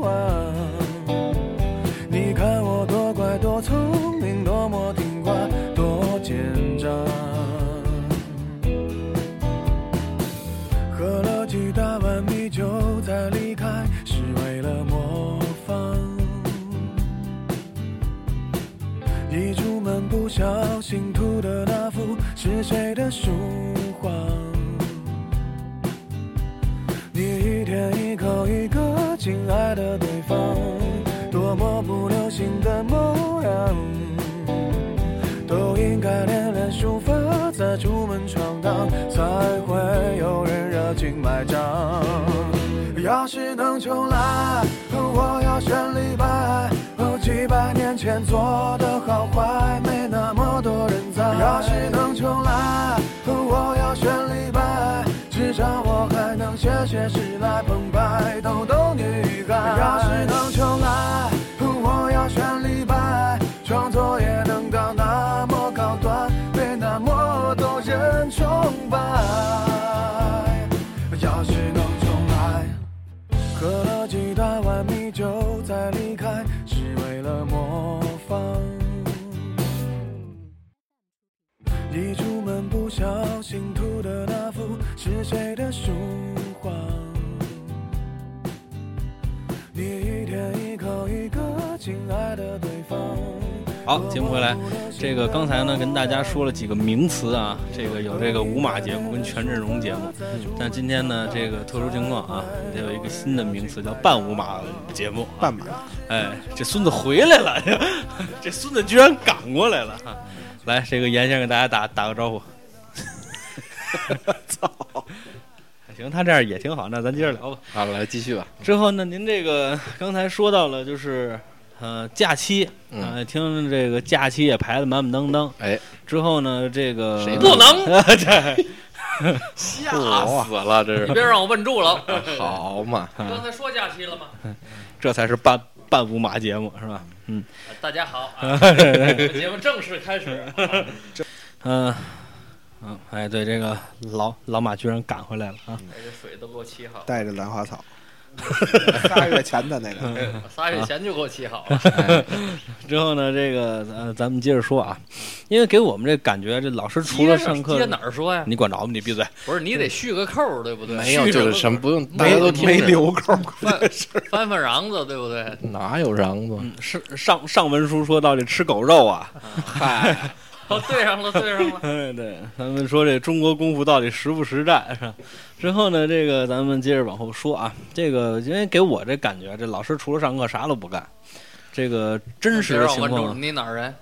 Speaker 1: 话。你看我多乖多聪明，多么听话，多奸诈。喝了几大碗米酒才离开，是为了模仿。一出门不小心涂的那幅是谁的书画？你一天一口一个亲爱的对方，多么不流行的模样，都应该练练书法，再出门闯荡，才会有人热情买账。要是能重来，我要选李白。哦，几百年前做的好坏，没那么多人在。要是能重来，我要选李白。至少我还能写写诗来澎湃，逗逗女孩。要是能重来，我要选李白，创作也能到那么高端，被那么多人崇拜。要是能重来，喝了几大碗米酒再离开，是为了模仿。一出门不小心涂的那幅是谁的书画？你一天一口一个亲爱的对方。
Speaker 2: 好，节目回来。这个刚才呢，跟大家说了几个名词啊，这个有这个五马节目跟全阵容节目，但今天呢，这个特殊情况啊，得有一个新的名词叫半五马节目、啊。
Speaker 3: 半马，
Speaker 2: 哎，这孙子回来了， 这孙子居然赶过来了啊！来，这个严先生给大家打打个招呼。 操！行，他这样也挺好，那咱接着聊吧。
Speaker 4: 好，来继续吧。
Speaker 2: 之后呢，您这个刚才说到了，就是呃假期，
Speaker 4: 嗯
Speaker 2: 呃，听这个假期也排得满满当当。
Speaker 4: 哎，
Speaker 2: 之后呢，这个
Speaker 4: 谁
Speaker 5: 不能
Speaker 2: 对，
Speaker 5: 吓
Speaker 4: 吓
Speaker 5: 死！
Speaker 4: 死了，这
Speaker 5: 你
Speaker 4: 是
Speaker 5: 别让我问住了，
Speaker 4: 好嘛？
Speaker 5: 刚才说假期了吗？
Speaker 2: 这才是半半五马节目是吧？嗯，
Speaker 5: 啊大家好，啊本节目正式开始。
Speaker 2: 嗯、嗯，哎，对，这个老老马居然赶回来了啊！
Speaker 5: 哎，这水都给我沏好了，
Speaker 3: 带着兰花 草，仨月前的那个，
Speaker 5: 仨月前就给我沏好了。
Speaker 2: 之后呢，这个呃，咱们接着说啊，因为给我们这感觉，这老师除了上课，
Speaker 5: 接哪儿说呀？
Speaker 2: 你管着吗？你闭嘴！
Speaker 5: 不是你得续个扣儿，对不对？
Speaker 4: 没有，
Speaker 5: 续
Speaker 4: 就是
Speaker 5: 着扣儿
Speaker 4: 什么不用，大
Speaker 3: 没
Speaker 4: 家都听
Speaker 3: 没
Speaker 4: 着。
Speaker 3: 留 扣，
Speaker 5: 翻 翻翻瓤子，对不对？
Speaker 4: 哪有瓤子？
Speaker 2: 嗯，是上上文书说到这吃狗肉啊，
Speaker 4: 嗨，
Speaker 5: 哦，对上了，对上了。
Speaker 2: 哎， 对，咱们说这中国功夫到底实不实战是吧？之后呢，这个咱们接着往后说啊，这个因为给我这感觉，这老师除了上课啥都不干。这个 真实
Speaker 5: 别
Speaker 2: 的
Speaker 5: 让我
Speaker 2: 情
Speaker 5: 问住了，
Speaker 2: 况，
Speaker 5: 你哪儿人？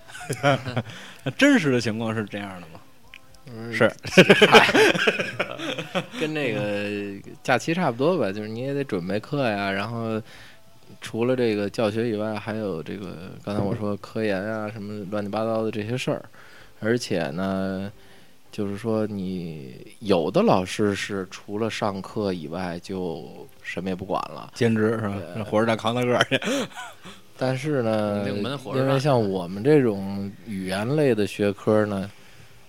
Speaker 2: 真实的情况是这样的吗？
Speaker 4: 嗯
Speaker 2: 是，
Speaker 4: 跟那个假期差不多吧，就是你也得准备课呀，然后除了这个教学以外，还有这个刚才我说科研啊，什么乱七八糟的这些事儿，而且呢，就是说你有的老师是除了上课以外就什么也不管了，
Speaker 2: 兼职是吧？
Speaker 4: 对
Speaker 2: 活着再扛大个儿去。
Speaker 4: 但是呢，
Speaker 5: 领门活着
Speaker 4: 因为像我们这种语言类的学科呢，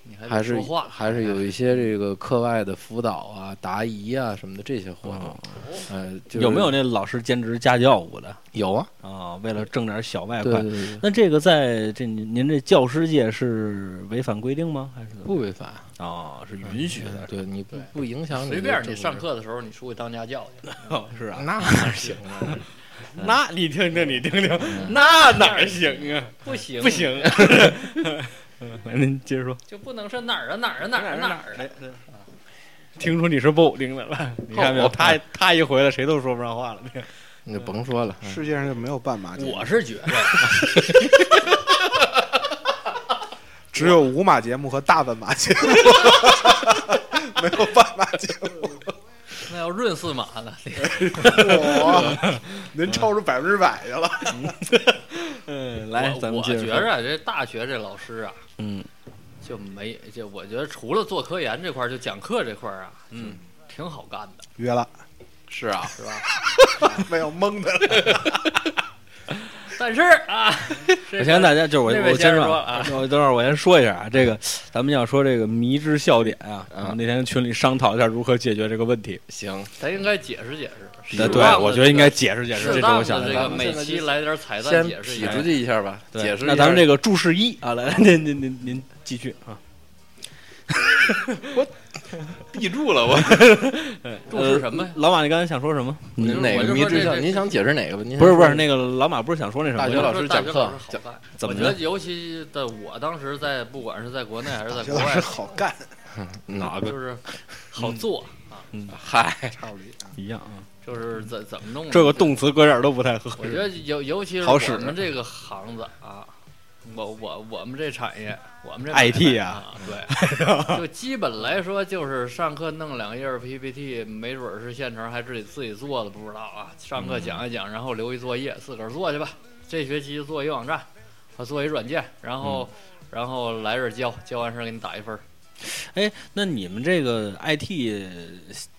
Speaker 5: 你
Speaker 4: 还
Speaker 5: 得
Speaker 4: 是
Speaker 5: 说话，哎
Speaker 4: 还是有一些这个课外的辅导啊、答疑啊什么的这些活
Speaker 5: 哦
Speaker 4: 动。呃，就是
Speaker 2: 有没有那老师兼职家教舞的
Speaker 4: 有啊？
Speaker 2: 啊？为了挣点小外
Speaker 4: 对
Speaker 2: 快
Speaker 4: 对，对，
Speaker 2: 那这个在这您您这教师界是违反规定吗？还是怎么
Speaker 4: 不违反，
Speaker 2: 啊？是允许的，
Speaker 4: 对你不不影响你
Speaker 5: 随
Speaker 4: 的
Speaker 5: 便
Speaker 4: 正
Speaker 5: 你
Speaker 4: 式
Speaker 5: 上，课的时候，你出去当家教去，
Speaker 2: 是啊。
Speaker 4: 那哪行啊？
Speaker 2: 那你听听，你听听，那哪儿行啊？
Speaker 5: 不行
Speaker 2: 不，行。来， 您接着说。
Speaker 5: 就不能说哪儿啊哪儿啊哪儿啊哪儿啊。
Speaker 2: 哦听出你是不武丁的了，你看没有？他他一回来，谁都说不上话了。
Speaker 4: 那就甭说了。嗯
Speaker 3: 世界上就没有半马节目，
Speaker 2: 我是觉得，
Speaker 3: 只有无马节目和大半马节目，没有半马节目。
Speaker 5: 那要润四马了，
Speaker 3: 哇，您超出百分之百去了。
Speaker 2: 嗯，来，
Speaker 5: 我
Speaker 2: 咱们
Speaker 5: 我
Speaker 2: 接着
Speaker 5: 觉
Speaker 2: 说，
Speaker 5: 着啊这大学这老师啊，
Speaker 2: 嗯，
Speaker 5: 就没就我觉得除了做科研这块儿，就讲课这块儿啊，
Speaker 2: 嗯，
Speaker 5: 挺好干的，
Speaker 3: 约了，
Speaker 4: 是啊，
Speaker 5: 是吧？
Speaker 3: 没有蒙的了。
Speaker 5: 但是啊，
Speaker 2: 我先跟大家就是我
Speaker 5: 那
Speaker 2: 我
Speaker 5: 位先
Speaker 2: 先
Speaker 5: 生
Speaker 2: 说
Speaker 5: 说啊，
Speaker 2: 我等会儿我先说一下啊，这个咱们要说这个迷之笑点啊，
Speaker 4: 啊
Speaker 2: 我们那天群里商讨一下如何解决这个问题。
Speaker 4: 行，
Speaker 5: 咱应该解适解释。
Speaker 2: 呃对，
Speaker 5: 适当的
Speaker 2: 我觉得应该解释解释，
Speaker 5: 适
Speaker 2: 这是我
Speaker 5: 当
Speaker 2: 想
Speaker 5: 的
Speaker 2: 的
Speaker 5: 这
Speaker 2: 办
Speaker 5: 个
Speaker 2: 法。
Speaker 5: 每期来点彩蛋
Speaker 4: 先
Speaker 5: 解释一
Speaker 4: 匹
Speaker 5: 下。
Speaker 4: 敌一下吧，
Speaker 2: 对
Speaker 4: 解释一下。
Speaker 2: 那咱们这个注释一啊，来，您您您您继续啊。
Speaker 4: 闭住了，我
Speaker 5: 注释什么呀
Speaker 2: 呃老马，你刚才想说什么？
Speaker 5: 我就
Speaker 2: 嗯
Speaker 4: 哪
Speaker 5: 我
Speaker 4: 个
Speaker 5: 就
Speaker 4: 迷
Speaker 5: 说
Speaker 4: 之
Speaker 5: 这
Speaker 4: 笑？
Speaker 5: 这
Speaker 4: 您想解释哪个吧？您
Speaker 2: 不是
Speaker 4: 想
Speaker 2: 不是，
Speaker 4: 说
Speaker 2: 那个老马不是想说那什么？
Speaker 4: 呃大学老师
Speaker 5: 大
Speaker 4: 讲
Speaker 5: 学
Speaker 4: 课
Speaker 5: 老师好干，
Speaker 2: 怎么
Speaker 5: 我
Speaker 2: 呢
Speaker 5: 觉得尤其在我当时在，不管是在国内还是在
Speaker 3: 这
Speaker 5: 国
Speaker 3: 老师
Speaker 5: 外，
Speaker 3: 好干，
Speaker 4: 哪个？
Speaker 5: 就是好做，
Speaker 4: 嗨，
Speaker 3: 差不离啊。
Speaker 2: 嗯一样啊，
Speaker 5: 就是怎怎么弄呢
Speaker 2: 这个动词搁这儿都不太合
Speaker 5: 嗯我觉得
Speaker 2: 适。
Speaker 5: 尤尤其是
Speaker 2: 好使
Speaker 5: 我们这个行子啊，我我我们这产业，我们这
Speaker 2: IT
Speaker 5: 啊，对，就基本来说就是上课弄两页 PPT，没准儿是现成还是得自己做的，不知道啊。上课讲一讲，然后留一作业，自个儿做去吧。这学期做一网站，啊，做一软件，然后、然后来这儿交，交完事儿给你打一分儿。
Speaker 2: 哎，那你们这个 IT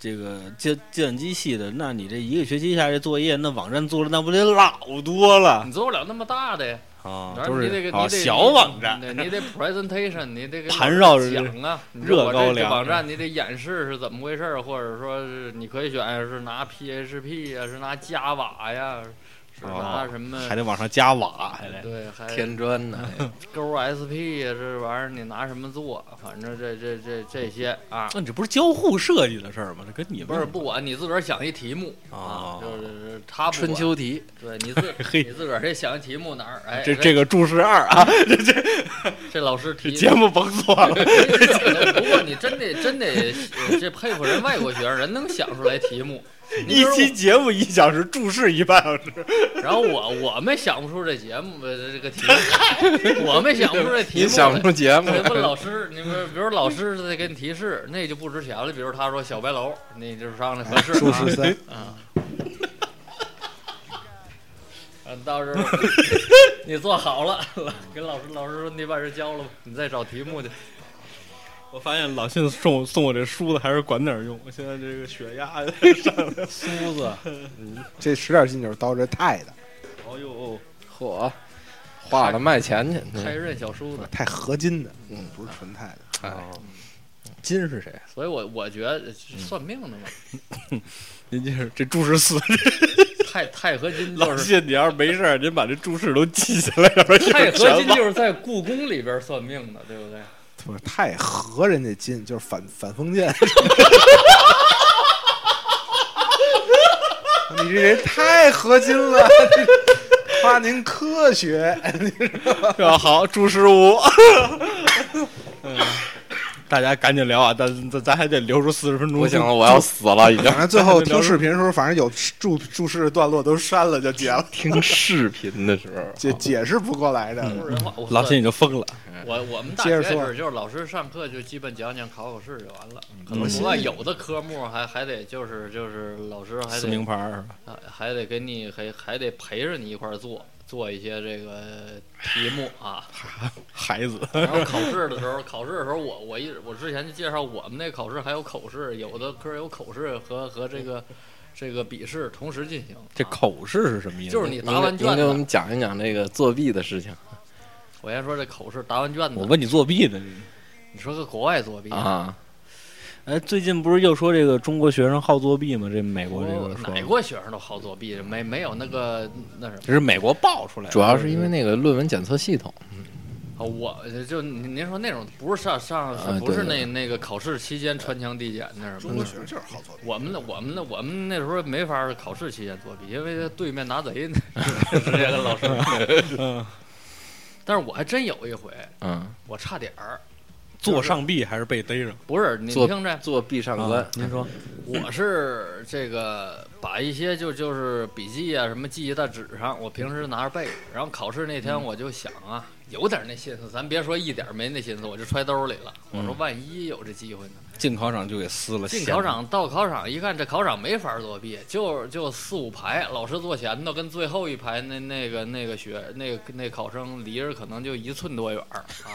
Speaker 2: 这个计计算机系的，那你这一个学期下来作业，那网站做的那不得老多了
Speaker 5: 你做不了那么大的呀，
Speaker 2: 啊
Speaker 5: 当然
Speaker 2: 都
Speaker 5: 你得给
Speaker 2: 是
Speaker 5: 你
Speaker 2: 啊
Speaker 5: 得
Speaker 2: 小网站，
Speaker 5: 对，你得 presentation，你得给老师
Speaker 2: 盘绕着
Speaker 5: 讲啊，你
Speaker 2: 热
Speaker 5: 说
Speaker 2: 高
Speaker 5: 我这
Speaker 2: 粱
Speaker 5: 这网站你得演示是怎么回事儿，或者说是你可以选是拿 PHP 呀、是拿 Java 呀，是拿
Speaker 2: 哦
Speaker 5: 什么？
Speaker 2: 还得往上加瓦，还得
Speaker 5: 对，还
Speaker 4: 添砖呢？
Speaker 5: 勾 SP 呀，这玩意儿你拿什么做？反正这这这这些啊，
Speaker 2: 那你这不是交互设计的事儿吗？这跟你们
Speaker 5: 不是不管你自个儿想一题目
Speaker 2: 哦
Speaker 5: 啊，就是他不管
Speaker 4: 春，秋题，
Speaker 5: 对你自
Speaker 2: 嘿
Speaker 5: 你自个儿这想一题目哪儿？哎，
Speaker 2: 这
Speaker 5: 这
Speaker 2: 这个注释二啊，
Speaker 5: 这老师
Speaker 2: 这
Speaker 5: 提
Speaker 2: 节目甭做了。
Speaker 5: 不过你真得真得呃这佩服人外国学生，人能想出来 题目。你比
Speaker 2: 一
Speaker 5: 如
Speaker 2: 期节目一小时，注释一半小时。
Speaker 5: 我，然后我我们想不出这节目呃这个题目，我们想不出这题
Speaker 4: 您
Speaker 5: 目。
Speaker 4: 想不出节目
Speaker 5: 得问老师，你们比如老师在给你提示，那就不值钱了。比如他说小白楼，那就是上来合适
Speaker 3: 数
Speaker 5: 啊
Speaker 3: 十三，
Speaker 5: 啊。到时候你做好了， 跟老师老师说你把这交了吧，你再找题目去。
Speaker 2: 我发现老信送我送我这梳子还是管点儿用，我现在这个血压上来了。
Speaker 5: 梳子，
Speaker 3: 这十点金九刀这太的，
Speaker 2: 哦呦哦，
Speaker 4: 嚯，花了卖钱去。
Speaker 5: 开刃小梳子。
Speaker 3: 太合金的，
Speaker 4: 嗯，
Speaker 3: 不是纯钛的。
Speaker 4: 哎，
Speaker 2: 金是谁？
Speaker 5: 所以我我觉得算命的嘛，
Speaker 2: 您这是这注释四，
Speaker 5: 钛钛合金
Speaker 2: 老
Speaker 5: 就是
Speaker 2: 信，你要是没事儿，您把这注释都记下来， 要不然
Speaker 5: 钛合金
Speaker 2: 是
Speaker 5: 就是在故宫里边算命的，对不对？
Speaker 3: 不是太合人家金，就是反反封 建。你这人太合金了， 夸您科学，
Speaker 2: 吧？ 好，注释五。嗯大家赶紧聊啊，咱咱咱还得留出四十分钟。
Speaker 4: 不行了，我要死了，已经
Speaker 3: 反正最后听视频的时候，反正有注注释段落都删了，就结了，
Speaker 4: 听视频的时候。
Speaker 3: 解解释不过来的。
Speaker 5: 不是我
Speaker 2: 老信已经疯了，
Speaker 5: 我我们大
Speaker 3: 接着
Speaker 5: 学时
Speaker 3: 说
Speaker 5: 候就是老师上课就基本讲讲考考试就完了，可
Speaker 2: 我
Speaker 5: 能
Speaker 2: 信
Speaker 5: 国外有的科目还还得就是就是老师还
Speaker 2: 撕名
Speaker 5: 得
Speaker 2: 牌儿是吧？
Speaker 5: 啊还得给你还还得陪着你一块儿做做一些这个题目 啊，
Speaker 2: 孩子，
Speaker 5: 然后考试的时候考试的时候我我一我之前就介绍我们那考试还有口试，有的科有口试和和这个这个笔试同时进行，
Speaker 2: 这
Speaker 5: 啊
Speaker 2: 口试是什么意思？
Speaker 5: 就是你
Speaker 4: 您
Speaker 5: 答完
Speaker 4: 您
Speaker 5: 卷
Speaker 4: 给我
Speaker 5: 子，
Speaker 4: 们讲一讲这个作弊的事情
Speaker 5: 我先说这口试答完卷
Speaker 2: 我
Speaker 5: 子，
Speaker 2: 问你作弊呢？
Speaker 5: 你说个国外作弊
Speaker 4: 啊！
Speaker 2: 哎，最近不是又说这个中国学生好作弊吗？这美国这个
Speaker 5: 哦哪
Speaker 2: 说，
Speaker 5: 国学生都好作弊，没没有那个那什么。
Speaker 2: 这是美国爆出来的，
Speaker 4: 主要是因为那个论文检测系统，
Speaker 5: 啊，我就您您说那种不是上上、
Speaker 4: 啊
Speaker 5: 不是
Speaker 4: 对
Speaker 5: 那那个考试期间穿墙递减那什么的。
Speaker 3: 生就是好作弊
Speaker 5: 我们那我们那我们那时候没法儿考试期间作弊，因为对面拿贼呢， 直接跟老师。但是我还真有一回，
Speaker 4: 嗯
Speaker 5: 我差点儿，
Speaker 2: 坐上臂还是被逮着？
Speaker 5: 不是，你
Speaker 4: 做
Speaker 5: 听着，
Speaker 4: 做壁上
Speaker 2: 啊
Speaker 4: 观，，
Speaker 2: 您说
Speaker 5: 我是这个把一些就就是笔记啊什么记在纸上，我平时拿着背着，然后考试那
Speaker 3: 嗯
Speaker 5: 天我就想啊，有点那心思，咱别说一点没那心思，我就揣兜里了。我
Speaker 3: 嗯
Speaker 5: 说万一有这机会呢？
Speaker 2: 进考场就给撕了，
Speaker 5: 进
Speaker 2: 闲
Speaker 5: 考场到考场一看，这考场没法作弊，就就四五排，老师坐前头，跟最后一排那那个那个学那个那考生离着可能就一寸多远儿啊。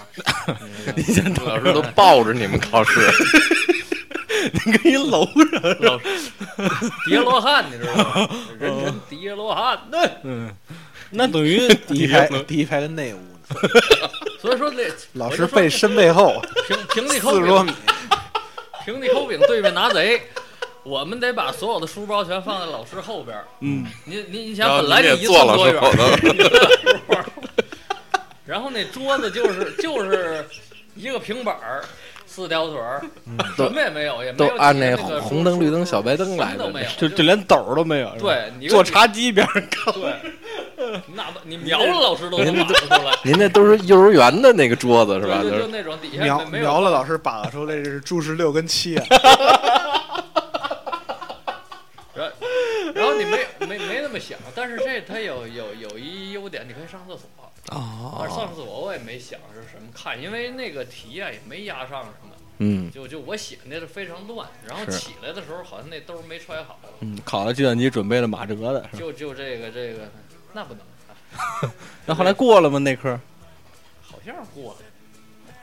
Speaker 5: 那个
Speaker 4: 老师都抱着你们 考试，
Speaker 2: 给你搂着。
Speaker 5: 老师，叠罗汉，你知 道吗？人
Speaker 3: 哦
Speaker 5: 称叠罗汉。那
Speaker 2: 嗯， 那等于
Speaker 3: 第一排第一排的内屋呢，
Speaker 5: 所以说那
Speaker 3: 老
Speaker 5: 我
Speaker 3: 师
Speaker 5: 就说
Speaker 3: 背身背 后
Speaker 5: 平平地
Speaker 3: 四
Speaker 5: 抠
Speaker 3: 十多
Speaker 5: 饼，
Speaker 3: 米，
Speaker 5: 平地抠饼对面拿贼。我们得把所有的书包全放在老师后边。
Speaker 2: 嗯，
Speaker 5: 你你你
Speaker 4: 然
Speaker 5: 想，
Speaker 4: 后
Speaker 5: 本来
Speaker 4: 你也
Speaker 5: 你一
Speaker 4: 做
Speaker 5: 寸
Speaker 4: 老
Speaker 5: 多
Speaker 4: 师
Speaker 5: 远
Speaker 4: 口
Speaker 5: 儿，
Speaker 4: 头，
Speaker 5: 然后那桌子就是就是一个平板儿，四条腿儿，什么也没有，也
Speaker 4: 嗯
Speaker 5: 没
Speaker 4: 都
Speaker 5: 有
Speaker 4: 按
Speaker 5: 那
Speaker 4: 那
Speaker 5: 个
Speaker 4: 红灯
Speaker 5: 书
Speaker 4: 绿灯
Speaker 5: 书
Speaker 4: 小白灯来
Speaker 5: 什么都
Speaker 4: 的
Speaker 5: 没有，
Speaker 2: 就就连斗儿都没有。是吧，
Speaker 5: 对， 你
Speaker 2: 坐茶几边儿看。
Speaker 5: 对，那不你瞄了老师都能马上出来。
Speaker 4: 您那都是幼儿园的那个桌子是吧？就
Speaker 5: 对对，就是那种底下
Speaker 3: 瞄
Speaker 5: 没没
Speaker 3: 瞄
Speaker 5: 有
Speaker 3: 了老师把出来这是注释六跟 七啊，
Speaker 5: 然后 然后你没没没那么想，但是这它有有有一优点，你可以上厕所。
Speaker 2: 哦
Speaker 5: 而上厕所我也没想是什么看，因为那个题啊也没压上什么，
Speaker 2: 嗯
Speaker 5: 就就我写的是非常乱，然后
Speaker 2: 是
Speaker 5: 起来的时候好像那兜儿没揣好，
Speaker 2: 嗯，考了计算机准备了马哲的，是吧
Speaker 5: 就就这个这个那不能，啊
Speaker 2: 那后来过了吗？那科
Speaker 5: 好像是过了。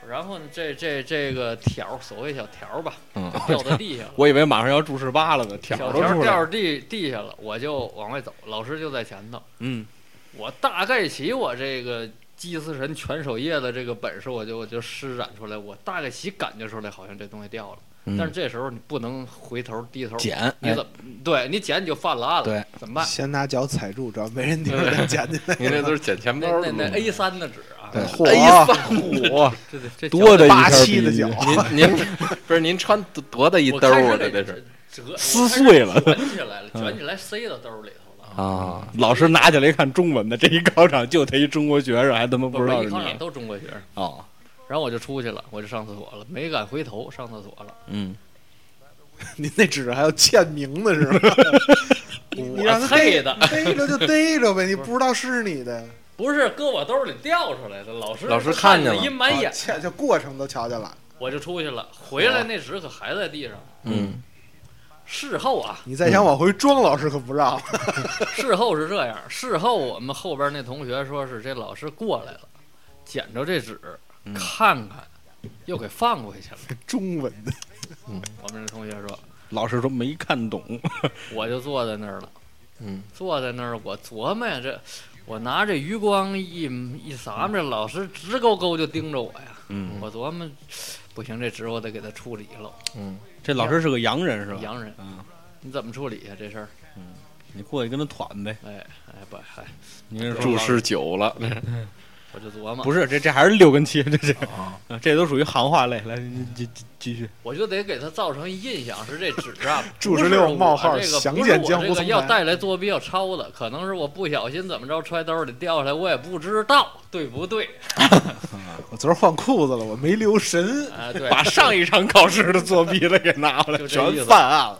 Speaker 5: 然后呢，这这这个条儿所谓小条儿吧，
Speaker 4: 嗯
Speaker 5: 掉在 地下了。
Speaker 2: 我以为马上要注释八了呢，条
Speaker 5: 小
Speaker 2: 儿
Speaker 5: 条
Speaker 2: 都出
Speaker 5: 儿
Speaker 2: 来了。
Speaker 5: 掉地地下了，我就往外走，老师就在前头。
Speaker 2: 嗯，
Speaker 5: 我大概其我这个祭祀神全守夜的这个本事，我就我就施展出来，我大概其感觉出来，好像这东西掉了。
Speaker 2: 嗯
Speaker 5: 但是这时候你不能回头低头
Speaker 2: 捡
Speaker 5: 你怎么、对你捡你就犯了案了，
Speaker 2: 对，
Speaker 5: 怎么办？
Speaker 3: 先拿脚踩住，只要没人盯着再 捡进来。
Speaker 4: 您那都是捡钱
Speaker 5: 那
Speaker 4: 包
Speaker 5: 那
Speaker 4: 的
Speaker 5: 那
Speaker 4: 路。
Speaker 5: A 三的纸啊，
Speaker 3: 对
Speaker 4: 哎
Speaker 3: 嚯，
Speaker 4: 哇，
Speaker 5: 这这这
Speaker 2: 多的一
Speaker 3: 八
Speaker 2: 下
Speaker 3: 七的
Speaker 2: 比
Speaker 3: 脚，
Speaker 4: 您您不是您穿多多大一
Speaker 5: 我
Speaker 4: 兜
Speaker 5: 开始
Speaker 4: 儿啊？
Speaker 5: 给
Speaker 4: 这这是
Speaker 5: 折
Speaker 2: 撕碎了
Speaker 5: 我开始卷起来了，卷起来塞到兜里头了。
Speaker 2: 啊！老师拿起来一看中文的，这一考场就他一中国学生，还他妈
Speaker 5: 不
Speaker 2: 不知道
Speaker 5: 一
Speaker 2: 是
Speaker 5: 考场
Speaker 2: 你
Speaker 5: 都中国学生，
Speaker 2: 哦，
Speaker 5: 然后我就出去了，我就上厕所了，没敢回头上厕所了。
Speaker 2: 嗯，
Speaker 3: 您那纸上还有签名呢， 是吧？你你让他
Speaker 5: 嘿
Speaker 3: 逮
Speaker 5: 的，
Speaker 3: 逮着就逮着呗，你不知道是你 的，
Speaker 5: 不是搁我兜里掉出来的，老师
Speaker 4: 老师
Speaker 5: 看
Speaker 4: 看见了
Speaker 5: 阴满眼，
Speaker 3: 啊这这过程都瞧见了。
Speaker 5: 我就出去了。回
Speaker 2: 哦
Speaker 5: 来那纸可还在地上。
Speaker 4: 嗯，
Speaker 5: 事后啊，
Speaker 3: 你再想往回装，老师可不让。
Speaker 5: 事后是这样，事后我们后边那同学说是这老师过来了，捡着这纸
Speaker 2: 嗯
Speaker 5: 看看，又给放回去了。
Speaker 3: 中文的，
Speaker 5: 我们这同学说，
Speaker 2: 老师说没看懂，
Speaker 5: 我就坐在那儿了，
Speaker 4: 嗯，
Speaker 5: 坐在那儿我琢磨呀，这我拿这余光一一撒，这老师直勾勾就盯着我呀。
Speaker 2: 嗯，
Speaker 5: 我琢磨，不行，这纸我得给他处理了。
Speaker 2: 这老师是个洋人是吧？
Speaker 5: 洋人，
Speaker 2: 嗯，
Speaker 5: 你怎么处理呀、这事儿？
Speaker 2: 你过去跟他团呗。
Speaker 5: 哎哎不哎，
Speaker 2: 你跟他说
Speaker 4: 注释久了，
Speaker 5: 我就琢磨，
Speaker 2: 不是这这还是六跟七，这这
Speaker 5: 哦
Speaker 2: 啊 这都属于行话类。来，你继继继续。
Speaker 5: 我就得给他造成印象是这纸 啊，
Speaker 3: 注
Speaker 5: 不是
Speaker 3: 释六
Speaker 5: 我
Speaker 3: 冒号
Speaker 5: 这个
Speaker 3: 详
Speaker 5: 不是
Speaker 3: 见
Speaker 5: 我
Speaker 3: 江
Speaker 5: 这
Speaker 3: 湖
Speaker 5: 个
Speaker 3: 从
Speaker 5: 要
Speaker 3: 来
Speaker 5: 带来作弊要抄的，可能是我不小心怎么着揣兜里掉下来，我也不知道对不对
Speaker 3: 我昨儿换裤子了，我没留 神。
Speaker 5: 啊？对，
Speaker 2: 把上一场考试的作弊的给拿回来，
Speaker 5: 就这意
Speaker 2: 全
Speaker 5: 思
Speaker 2: 犯案了。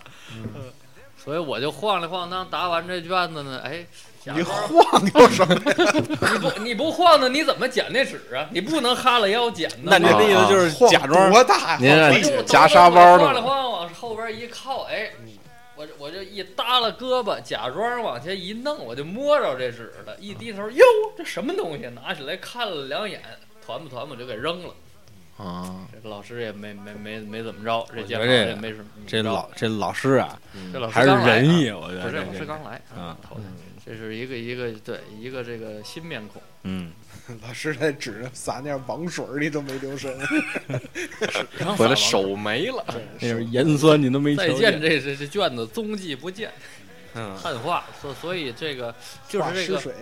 Speaker 5: 所以我就晃了晃荡，答完这卷子呢，哎，假
Speaker 3: 你
Speaker 5: 装
Speaker 3: 晃悠什么？
Speaker 5: 你不你不晃荡，你怎么捡那纸啊？你不能哈了腰捡
Speaker 2: 那
Speaker 5: 的
Speaker 2: 您
Speaker 5: 吗。
Speaker 2: 的意思就是
Speaker 3: 晃
Speaker 2: 假装
Speaker 3: 多大呀？
Speaker 4: 您
Speaker 5: 我
Speaker 4: 按
Speaker 5: 就我
Speaker 4: 夹沙包
Speaker 5: 晃
Speaker 4: 呢
Speaker 5: 了
Speaker 4: 吗？
Speaker 5: 晃，往后边一靠，哎，我这我这一耷拉胳膊，假装往前一弄，我就摸着这纸了。一低头，哟，这什么东西？拿起来看了两眼，团吧团吧就给扔了。
Speaker 4: 啊，
Speaker 5: 这老师也没没没没怎么着，这家
Speaker 2: 我觉得
Speaker 5: 伙
Speaker 2: 这个
Speaker 5: 也没什么。
Speaker 2: 这老这老师啊，
Speaker 5: 这老师
Speaker 2: 还是
Speaker 5: 刚来啊
Speaker 2: 仁，义，我觉
Speaker 5: 不
Speaker 2: 得
Speaker 5: 是
Speaker 2: 这
Speaker 5: 老师
Speaker 2: 这
Speaker 5: 刚来
Speaker 2: 啊，
Speaker 5: 头疼这是一个一个对一个这个新面 孔，
Speaker 2: 嗯，
Speaker 3: 老师在纸上撒那样王水儿，你都没留神。
Speaker 4: 回来手没了，
Speaker 5: 哎
Speaker 2: 那是盐酸，你都没
Speaker 5: 再
Speaker 2: 瞧
Speaker 5: 见这这这卷子踪迹不见，
Speaker 4: 嗯
Speaker 5: 汉化，所所以这个就是这
Speaker 3: 湿
Speaker 5: 个
Speaker 3: 水，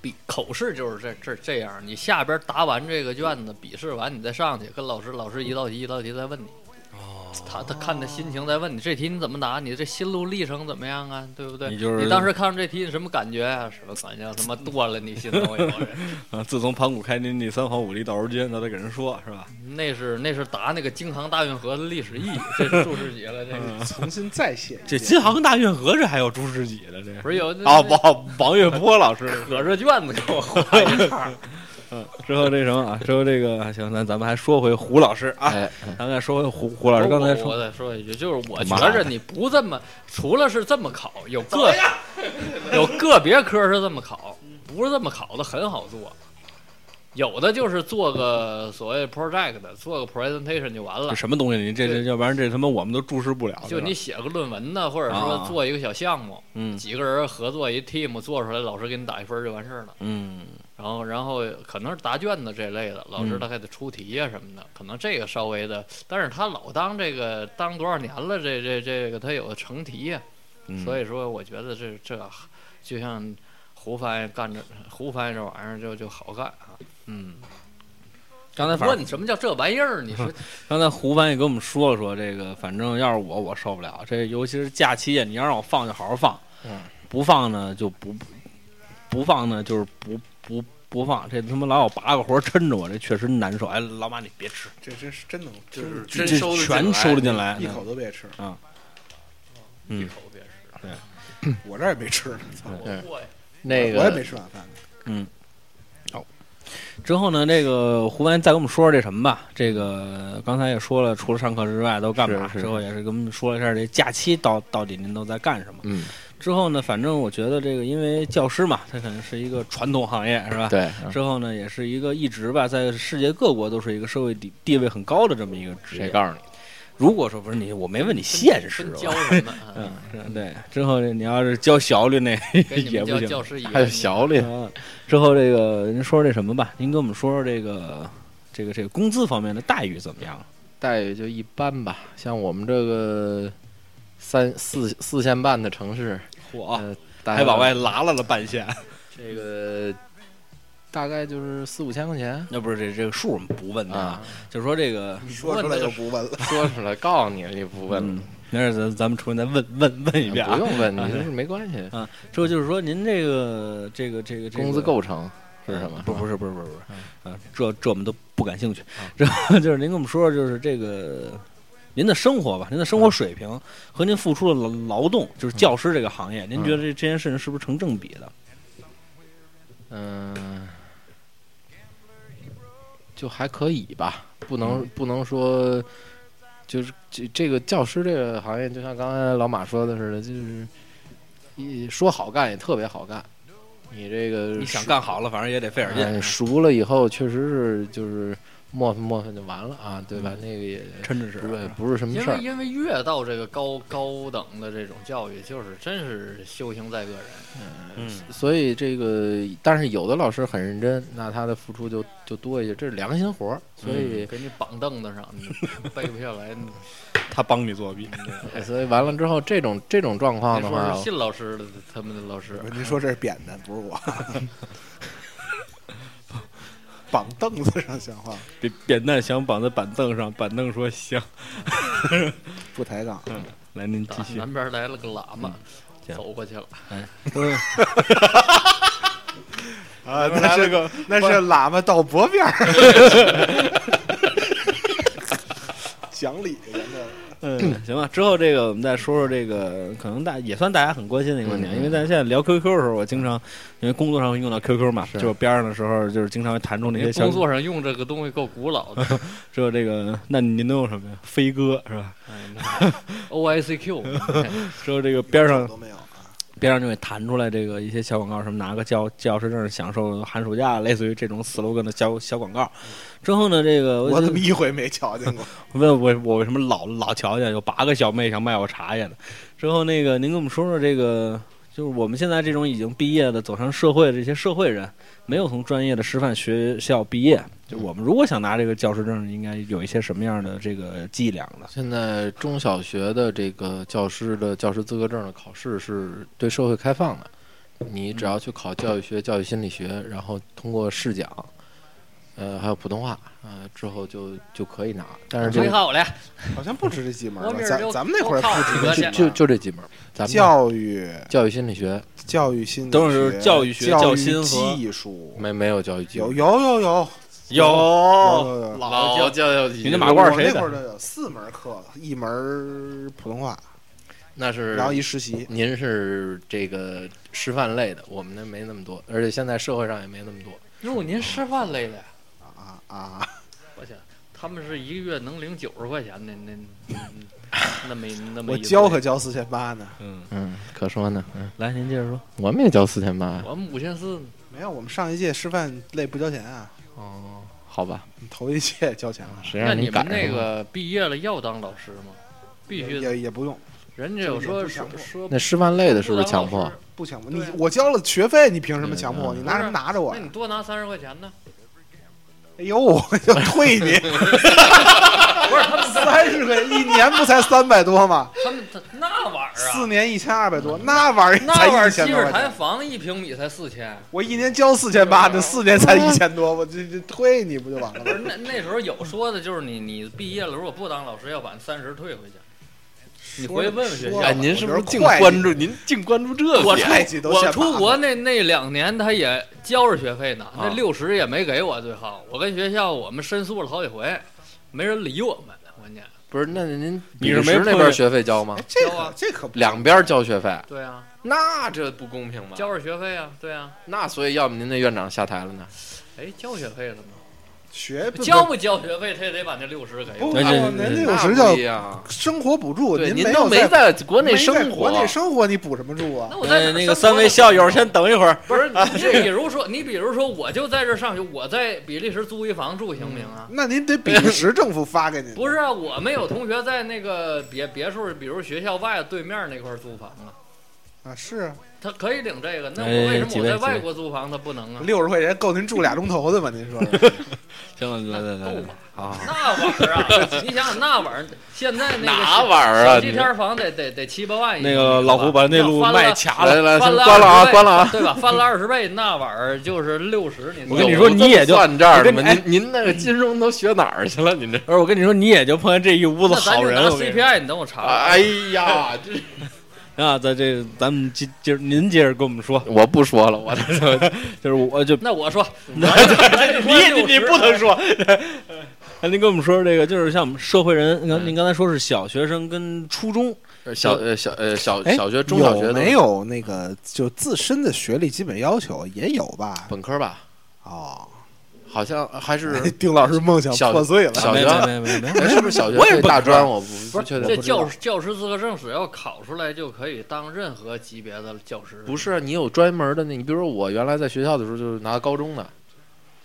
Speaker 5: 笔口试就是这这这样，你下边答完这个卷子，笔试完，你再上去跟老师，老师一道题一道题再问你。哦，他他看他心情在问你这题你怎么答，你这心路历程怎么样啊，对不对？
Speaker 2: 你
Speaker 5: 你
Speaker 2: 就是
Speaker 5: 当时看着这题你什么感觉啊？什么感觉？他妈剁了你心头一口人，
Speaker 2: 啊，自从盘古开天地，三皇五力到如今，他得给人说是吧？
Speaker 5: 那是那是答那个京杭大运河的历史意义，这是注释解了这个。
Speaker 3: 啊
Speaker 2: 嗯
Speaker 3: 重新再写一
Speaker 2: 这
Speaker 3: 遍
Speaker 2: 金航大运河这还有朱师姐的这
Speaker 5: 不是有那
Speaker 2: 啊，王王月波老师
Speaker 5: 可着卷子给我画一叉，
Speaker 2: 之后这什么啊？之后这个行，那咱们还说回胡老师啊，
Speaker 4: 哎，
Speaker 2: 咱们再说回胡胡老师刚才
Speaker 5: 我哦我
Speaker 2: 说
Speaker 5: 再说一句，就是我
Speaker 4: 妈
Speaker 5: 觉着你不这么，除了是这么考，有个有个别科是这么考，不是这么考的很好做。有的就是做个所谓 project，做个 presentation 就完了
Speaker 2: 这。什么东西？你这这
Speaker 5: 对
Speaker 2: 要不然这他妈我们都注视不了。
Speaker 5: 就
Speaker 2: 对吧
Speaker 5: 你写个论文呢，或者
Speaker 2: 啊
Speaker 5: 说做一个小项目，
Speaker 2: 嗯
Speaker 5: 几个人合作一 team 做出来，老师给你打一分就完事儿了。
Speaker 2: 嗯
Speaker 5: 然后，然后可能是答卷子这类的，老师
Speaker 2: 嗯
Speaker 5: 他还得出题啊什么的，可能这个稍微的，但是他老当这个当多少年了，这这这个他有成题呀、
Speaker 2: 嗯，
Speaker 5: 所
Speaker 2: 以
Speaker 5: 以说我觉得这这就像胡翻译干这胡翻译这玩意儿就就好干啊。
Speaker 2: 嗯，刚才反正
Speaker 5: 问什么叫这玩意儿？你说
Speaker 2: 刚才胡翻译跟我们说了说这个，反正要是我，我受不了。这尤其是假期啊，你要让我放就好好放，
Speaker 4: 嗯
Speaker 2: 不放呢就不不放呢就是不不不放。这他妈老有八个活抻着我，这确实难受。哎，老马你别吃，
Speaker 3: 这真是真能，
Speaker 4: 就
Speaker 3: 真
Speaker 4: 是
Speaker 2: 这
Speaker 4: 真收得进
Speaker 2: 全
Speaker 4: 来
Speaker 2: 哎收了进来，
Speaker 3: 一口都别吃，
Speaker 2: 嗯
Speaker 5: 一口别吃，
Speaker 3: 我这儿也没吃呢，操
Speaker 5: 我过呀，
Speaker 4: 那
Speaker 3: 我也没
Speaker 4: 个
Speaker 3: 吃晚饭呢。
Speaker 2: 之后呢，这个胡凡再跟我们说说这什么吧。这个刚才也说了，除了上课之外都干嘛？
Speaker 4: 是是
Speaker 2: 之后也是跟我们说了一下这假期到到底您都在干什么。
Speaker 4: 嗯，
Speaker 2: 之后呢，反正我觉得这个，因为教师嘛，他可能是一个传统行业，是吧？
Speaker 4: 对，
Speaker 2: 之后呢，也是一个一直吧，在世界各国都是一个社会地地位很高的这么一个职
Speaker 4: 谁
Speaker 2: 业。
Speaker 4: 告诉你？
Speaker 2: 如果说不是你，我没 问你现实
Speaker 5: 真
Speaker 2: 吧
Speaker 5: 教 什么啊？
Speaker 2: 嗯，是对。之后这你要是教效率那
Speaker 5: 跟你
Speaker 2: 也
Speaker 5: 们
Speaker 2: 不
Speaker 5: 教
Speaker 2: 行
Speaker 5: 教师一
Speaker 4: 还有
Speaker 5: 样。
Speaker 4: 小李，
Speaker 2: 啊，之后这个您说说这什么吧，您跟我们说说这个这个这个工资方面的待遇怎么样？
Speaker 4: 待遇就一般吧。像我们这个三四四线半的城市，
Speaker 2: 嚯，
Speaker 4: 呃，大概
Speaker 2: 还往外拉拉了半线。
Speaker 4: 这个大概就是四五千块钱
Speaker 2: 那不是这这个数我们不问的
Speaker 4: 啊，。
Speaker 2: 就是说这个，
Speaker 3: 你说出来就不 问了，
Speaker 4: 说出来告诉你，你不问哎
Speaker 2: 嗯，没事，咱咱们重新再问问问一遍
Speaker 4: 不
Speaker 2: 啊。
Speaker 4: 用 问，
Speaker 2: 啊
Speaker 4: 你就是没关系。
Speaker 2: 之后就是说您这个这个这个这个
Speaker 4: 工资构成是什么？嗯
Speaker 2: 不不是
Speaker 4: 是吧
Speaker 2: 不是不是不是，啊，这这我们都不感兴趣。
Speaker 4: 嗯
Speaker 2: 然后就是您跟我们说说，就是这个您的生活吧，您的
Speaker 4: 嗯
Speaker 2: 生活水平和您付出的劳劳动，就是教师这个行业，您觉得这这件事情是不是成正比的？
Speaker 4: 嗯，就还可以吧，不能不能说，就是这这个教师这个行业，就像刚才老马说的似的，就是一说好干也特别好干，你这个
Speaker 2: 你想
Speaker 4: 熟
Speaker 2: 干好了，反正也得费点嗯
Speaker 4: 哎
Speaker 2: 劲，
Speaker 4: 熟了以后，确实是就是磨蹭磨蹭就完了啊，对吧？
Speaker 2: 嗯
Speaker 4: 那个也
Speaker 2: 抻着使。
Speaker 4: 不是不是什么
Speaker 5: 因
Speaker 4: 事
Speaker 5: 为
Speaker 4: 儿，
Speaker 5: 因为越到这个高高等的这种教育，就是真是修行在个人。
Speaker 2: 嗯
Speaker 4: 所以这个，但是有的老师很认真，那他的付出就就多一些，这是良心活儿，所
Speaker 2: 嗯
Speaker 4: 以、
Speaker 5: 给你绑凳子上，你背不下来。你
Speaker 2: 他帮你作弊，
Speaker 4: 嗯 所以完了之后，这种这种状况的
Speaker 5: 说
Speaker 4: 话
Speaker 5: 是，信老师的他们的老师，啊
Speaker 3: 您说这是扁担，不是我。绑凳子上像话吗，
Speaker 2: 扁扁担想绑在板凳上，板凳说行。
Speaker 3: 不抬杠。
Speaker 2: 嗯来，您继
Speaker 5: 啊
Speaker 2: 续。
Speaker 5: 南边来了个喇嘛，
Speaker 2: 行
Speaker 5: 走过去了。
Speaker 3: 啊，那是个那是喇嘛到脖边儿， 讲理人家
Speaker 2: 嗯，行吧。之后这个我们再说说这个，可能大也算大家很关心的一个问题，啊
Speaker 4: 嗯
Speaker 2: 因为咱现在聊 QQ 的时候，我经常因为工作上会用到 QQ 嘛，
Speaker 4: 是
Speaker 2: 就边上的时候就是经常会弹出那
Speaker 5: 您
Speaker 2: 些消
Speaker 5: 工
Speaker 2: 息。
Speaker 5: 作上用这个东西够古老的
Speaker 2: 之后这个，那您都用什么呀？飞鸽是吧？
Speaker 5: ，O I C Q，
Speaker 2: 之后这个边上
Speaker 3: 都没有啊。
Speaker 2: 边上就会弹出来这个一些小广告，什么拿个教教师证享受寒暑假，类似于这种 slogan 的小小广告。之后呢，这个
Speaker 3: 我
Speaker 2: 就
Speaker 3: 怎么一回没瞧见过？
Speaker 2: 问我我为什么老老瞧见有八个小妹想卖我茶叶呢？之后那个您跟我们说说这个，就是我们现在这种已经毕业的走上社会的这些社会人，没有从专业的师范学校毕业，就我们如果想拿这个教师证，应该有一些什么样的这个伎俩呢？
Speaker 4: 现在中小学的这个教师的教师资格证的考试是对社会开放嗯的，你只要去考教育学、教育心理学，然后通过试讲，呃，还有普通话，呃，之后就就可以拿。但是这
Speaker 5: 吹
Speaker 4: 个
Speaker 5: 好了，
Speaker 3: 好像不止这几门
Speaker 5: 我
Speaker 3: 了，
Speaker 5: 明儿
Speaker 3: 咱
Speaker 5: 就
Speaker 3: 咱们那会儿
Speaker 5: 我靠
Speaker 3: 不止这
Speaker 5: 我去
Speaker 3: 几
Speaker 4: 就
Speaker 3: 门，
Speaker 4: 就就这几门儿，咱们
Speaker 3: 教育、
Speaker 4: 教育心理学
Speaker 3: 教育心理
Speaker 2: 都是教育学
Speaker 3: 教
Speaker 2: 教
Speaker 3: 育
Speaker 2: 心和
Speaker 3: 技术，
Speaker 4: 没没有教育机
Speaker 3: 有
Speaker 4: 会，
Speaker 3: 有有有
Speaker 2: 有
Speaker 3: 有有。
Speaker 5: 老
Speaker 4: 教
Speaker 5: 教
Speaker 4: 教育机
Speaker 2: 你哦那
Speaker 4: 会
Speaker 2: 马褂儿
Speaker 3: 我
Speaker 2: 谁
Speaker 3: 那会
Speaker 2: 的？
Speaker 3: 儿就有四门课，一门儿普通话，
Speaker 4: 那是
Speaker 3: 然后一实习。
Speaker 4: 您是这个师范类的，我们那没那么多，而且现在社会上也没那么多。
Speaker 5: 哟，您师范类的呀，
Speaker 3: 啊啊！
Speaker 5: 我去，他们是一个月能领九十块钱，那那那那没那么
Speaker 3: 我
Speaker 5: 一个
Speaker 3: 教
Speaker 5: 月
Speaker 3: 可交四千八呢，
Speaker 2: 嗯，
Speaker 4: 嗯，可说呢。嗯，
Speaker 2: 来，您接着说。
Speaker 4: 我们也交四千八。啊
Speaker 5: 我们五千四呢，
Speaker 3: 没有，我们上一届师范类不交钱啊，
Speaker 4: 哦，好吧，
Speaker 3: 我们头一届交钱了，
Speaker 4: 谁
Speaker 5: 那
Speaker 4: 让
Speaker 5: 你
Speaker 4: 赶
Speaker 5: 们
Speaker 4: 上
Speaker 5: 那
Speaker 4: 了？
Speaker 5: 个毕业了要当老师吗？必须，
Speaker 3: 也也不用，
Speaker 5: 人家有
Speaker 3: 这个也不
Speaker 5: 说
Speaker 3: 强
Speaker 5: 说
Speaker 3: 迫
Speaker 5: 说
Speaker 4: 那师范类的是不是
Speaker 5: 当
Speaker 4: 强
Speaker 5: 老
Speaker 4: 迫
Speaker 5: 师？
Speaker 3: 不强迫
Speaker 5: 对
Speaker 3: 你
Speaker 5: 啊。
Speaker 3: 我交了学费，你凭什么强迫我？
Speaker 4: 嗯
Speaker 3: 你拿什么拿着我
Speaker 5: 那
Speaker 3: 呀
Speaker 5: 你？多拿三十块钱呢？
Speaker 3: 哎呦，我就退 你！ 不是三十块，一年不才三百多吗？
Speaker 5: 他们他那玩意儿
Speaker 3: 四
Speaker 5: 啊，
Speaker 3: 年一千二百多，那玩意儿
Speaker 5: 那玩意
Speaker 3: 才
Speaker 5: 儿
Speaker 3: 一千
Speaker 5: 基
Speaker 3: 多
Speaker 5: 本
Speaker 3: 块
Speaker 5: 台
Speaker 3: 钱。
Speaker 5: 房一平米才四千。
Speaker 3: 我一年交四千八，这四年才一千多，我这这退你不就完了
Speaker 5: 不是
Speaker 3: 吗？
Speaker 5: 那那时候有说的就是你你毕业了，如果不当老师，要把三十退回去。你回去问问学校
Speaker 3: 说
Speaker 5: 吧。
Speaker 3: 了
Speaker 4: 哎，您是不是净
Speaker 3: 我觉得会计
Speaker 4: 关注？您净关注这
Speaker 5: 我
Speaker 4: 个
Speaker 5: 出
Speaker 4: 呀？
Speaker 3: 太极都
Speaker 5: 我
Speaker 3: 欠
Speaker 5: 出
Speaker 3: 骂
Speaker 5: 国
Speaker 3: 了
Speaker 5: 那那两年，他也交着学费呢，那
Speaker 4: 啊
Speaker 5: 六十也没给我。最后，我跟学校我们申诉了好几回，没人理我们。关键，
Speaker 4: 不是，那您
Speaker 2: 你是没
Speaker 4: 比利时那
Speaker 2: 碰见
Speaker 4: 边学费交吗
Speaker 3: 哎？这
Speaker 5: 交啊
Speaker 3: 可这可不
Speaker 4: 两边交学费，
Speaker 5: 对啊，
Speaker 4: 那这不公平吧？
Speaker 5: 交着学费啊，对啊，
Speaker 4: 那所以要不您那院长下台了呢？
Speaker 5: 哎，交学费了吗？
Speaker 3: 学不
Speaker 5: 交不交学费，他也得把那六十给
Speaker 3: 不
Speaker 5: 我。
Speaker 2: 那这
Speaker 3: 您这有
Speaker 4: 那
Speaker 3: 时
Speaker 4: 不
Speaker 3: 叫
Speaker 4: 一样。啊
Speaker 3: 生活补助，
Speaker 4: 对，您
Speaker 3: 没
Speaker 4: 都
Speaker 3: 有
Speaker 4: 没
Speaker 3: 在
Speaker 4: 在国内生
Speaker 3: 没在
Speaker 4: 活啊嗯
Speaker 3: 国，内生活，你补什么助啊
Speaker 5: 那？我在哪
Speaker 2: 呃
Speaker 5: 儿
Speaker 2: 那个
Speaker 5: 生活
Speaker 2: 三位
Speaker 5: 呢
Speaker 2: 校友先等一会儿。
Speaker 5: 不是你这，比如说你比如说，我就在这儿上学，我在比利时租一房住行不行啊？
Speaker 3: 那您得比利时政府发给
Speaker 2: 嗯
Speaker 3: 您。
Speaker 5: 不是啊，我们有同学在那个别别墅，比如学校外对面那块儿租房啊，
Speaker 3: 啊，是
Speaker 5: 他可以领这个。那
Speaker 2: 哎
Speaker 5: 我为什么
Speaker 2: 几
Speaker 5: 我
Speaker 2: 位
Speaker 5: 在
Speaker 2: 几
Speaker 5: 外
Speaker 2: 位哎
Speaker 5: 国租房他不能啊？
Speaker 3: 六十块钱够您住俩钟头的吗？您说是？
Speaker 2: 行了，来来来来
Speaker 5: 够吧，
Speaker 4: 啊，
Speaker 5: 那玩意儿啊， 你想想那玩意儿，现在那个
Speaker 4: 哪
Speaker 5: 小
Speaker 4: 玩儿啊
Speaker 5: 小西
Speaker 4: 你
Speaker 5: 天房得得得七八万一平
Speaker 2: 那
Speaker 5: 米
Speaker 2: 个
Speaker 5: 吧。
Speaker 2: 老胡把那路
Speaker 5: 翻了
Speaker 2: 麦掐
Speaker 4: 来
Speaker 2: 了。
Speaker 4: 来，
Speaker 5: 翻
Speaker 4: 先
Speaker 5: 了
Speaker 4: 关了啊，
Speaker 5: 20倍
Speaker 4: 关了啊！
Speaker 5: 对吧？翻了二十倍，那玩意儿就是六十。你
Speaker 2: 我跟你说
Speaker 4: 有
Speaker 2: 你也就
Speaker 4: 这么算账
Speaker 2: 我
Speaker 4: 的
Speaker 2: 跟
Speaker 4: 吗？
Speaker 2: 你哎
Speaker 4: 您您那个金融都学哪儿去了？您这，
Speaker 2: 而我跟你说，你也就碰见这一屋子
Speaker 5: 那咱
Speaker 2: 好
Speaker 5: 就
Speaker 2: 人。
Speaker 5: 拿
Speaker 2: 我跟你说
Speaker 5: CPI，你等我查。
Speaker 4: 哎呀，这
Speaker 2: 啊，咱这咱们接接着您接着 跟我们说，
Speaker 4: 我不说了，我这
Speaker 2: 就是我就
Speaker 5: 那我说，
Speaker 2: 你你你不能说。哎，您跟我们说说这个，就是像我们社会人，您刚您刚才说是小学生跟初中，
Speaker 4: 小呃小呃小
Speaker 3: 哎
Speaker 4: 小学、中小学
Speaker 3: 有
Speaker 4: 都
Speaker 3: 没有那个就自身的学历基本要求也有吧？
Speaker 4: 本科吧？
Speaker 3: 哦，
Speaker 4: 好像呃 还是
Speaker 3: 丁老师梦想
Speaker 4: 小
Speaker 3: 破碎了。
Speaker 4: 小
Speaker 2: 没
Speaker 4: 学
Speaker 2: 没没没没，
Speaker 4: 哎是不是小学
Speaker 2: 我也是
Speaker 4: 对
Speaker 2: 本
Speaker 4: 大
Speaker 2: 科
Speaker 4: 专？我不不确定
Speaker 5: 这。
Speaker 3: 不知道
Speaker 5: 教师教师资格证只要考出来就可以当任何级别的教师，
Speaker 4: 不是你有专门的那，你比如说我原来在学校的时候就是拿高中的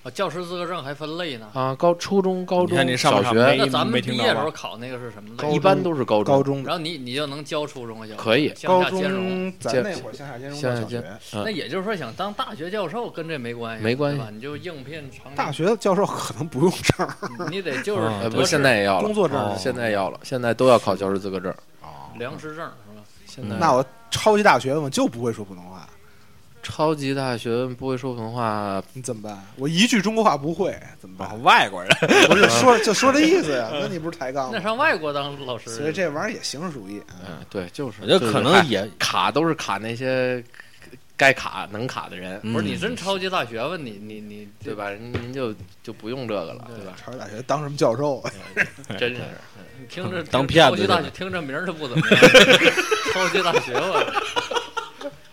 Speaker 5: 啊？教师资格证还分类呢。
Speaker 4: 啊，高初中、高
Speaker 2: 你
Speaker 4: 中
Speaker 2: 看你、上不
Speaker 4: 小
Speaker 2: 上
Speaker 4: 学
Speaker 2: 没
Speaker 5: 那咱
Speaker 2: 没
Speaker 5: 们
Speaker 2: 听
Speaker 5: 毕
Speaker 2: 到
Speaker 5: 业时候
Speaker 2: 吧
Speaker 5: 考那个是什么
Speaker 3: 高
Speaker 5: 类？
Speaker 4: 一般都是高
Speaker 3: 高
Speaker 4: 中。
Speaker 3: 中的
Speaker 5: 然后你你就能教初中和小学，
Speaker 4: 可以
Speaker 5: 向
Speaker 3: 高
Speaker 5: 下兼容。
Speaker 3: 中，咱
Speaker 4: 兼
Speaker 3: 那会儿向下兼容
Speaker 4: 向
Speaker 3: 到
Speaker 4: 下
Speaker 3: 小
Speaker 4: 兼
Speaker 3: 学，
Speaker 5: 那也就是说，想当大学教授跟这没关系，
Speaker 4: 没关系
Speaker 5: 对吧，你就应聘常
Speaker 3: 大学的教授可能不用证儿。
Speaker 5: 你得就是
Speaker 2: 啊
Speaker 4: 呃，
Speaker 5: 得
Speaker 4: 不，
Speaker 5: 是
Speaker 4: 现在也要了，
Speaker 3: 工作证
Speaker 4: 哦现在要了，现在都要考教师资格证。
Speaker 5: 粮食证 是吧？
Speaker 4: 现在
Speaker 3: 嗯那我超级大学我就不会说普通话，
Speaker 4: 超级大学不会说普通话，
Speaker 3: 你怎么办？我一句中国话不会，怎么
Speaker 2: 啊
Speaker 3: 办？
Speaker 2: 外国人，
Speaker 3: 不是说就说这意思呀？ 那你不是抬杠
Speaker 5: 那
Speaker 3: 吗？
Speaker 5: 上外国当老师，
Speaker 3: 啊所以这玩意儿也形式主义。
Speaker 4: 嗯，对，就是，
Speaker 2: 我觉得
Speaker 4: 就是
Speaker 2: 可能
Speaker 4: 哎
Speaker 2: 也
Speaker 4: 卡都是卡那些该卡能卡的人，
Speaker 2: 嗯
Speaker 5: 不是你真超级大学问你你你
Speaker 4: 对？吧？人您就就不用这个了，对吧？
Speaker 3: 超级大学当什么教 授？
Speaker 4: 真是，
Speaker 5: 你 听着
Speaker 2: 当
Speaker 5: 听
Speaker 2: 骗子
Speaker 5: 超级大
Speaker 2: 去
Speaker 5: 学
Speaker 2: 了
Speaker 5: 听着名儿就不怎么样，超级大学问。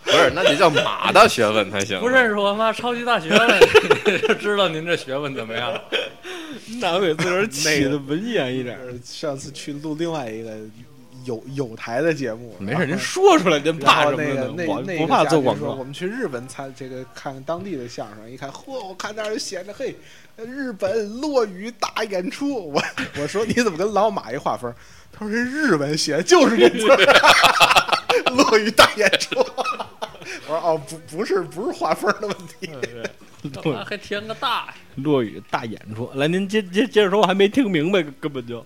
Speaker 4: 不是，那得叫马的学问才行。
Speaker 5: 不认识我妈超级大学问，就 知道您这学问怎么样 了。
Speaker 2: 那我给自个儿起的文言一点。
Speaker 3: 呃上次去录另外一个有有台的节目，
Speaker 2: 没事，您说出来，您
Speaker 3: 然
Speaker 2: 怕
Speaker 3: 后
Speaker 2: 什么
Speaker 3: 那个
Speaker 2: 呢？
Speaker 3: 那
Speaker 2: 我
Speaker 3: 那
Speaker 2: 不
Speaker 3: 个
Speaker 2: 怕
Speaker 3: 嘉
Speaker 2: 做
Speaker 3: 宾
Speaker 2: 广
Speaker 3: 说
Speaker 2: 告
Speaker 3: 我。们去日本参这个看当地的相声，一看，嚯，我看那儿闲着，嘿，日本落雨大演出，我我说你怎么跟老马一划分？他说这日文写就是这字儿， 落雨大演出。 我说哦，不不是不是划分的问题，
Speaker 5: 干嘛还添个大呀？
Speaker 2: 落雨大演出，来，您接接接着说，我还没听明白，根本就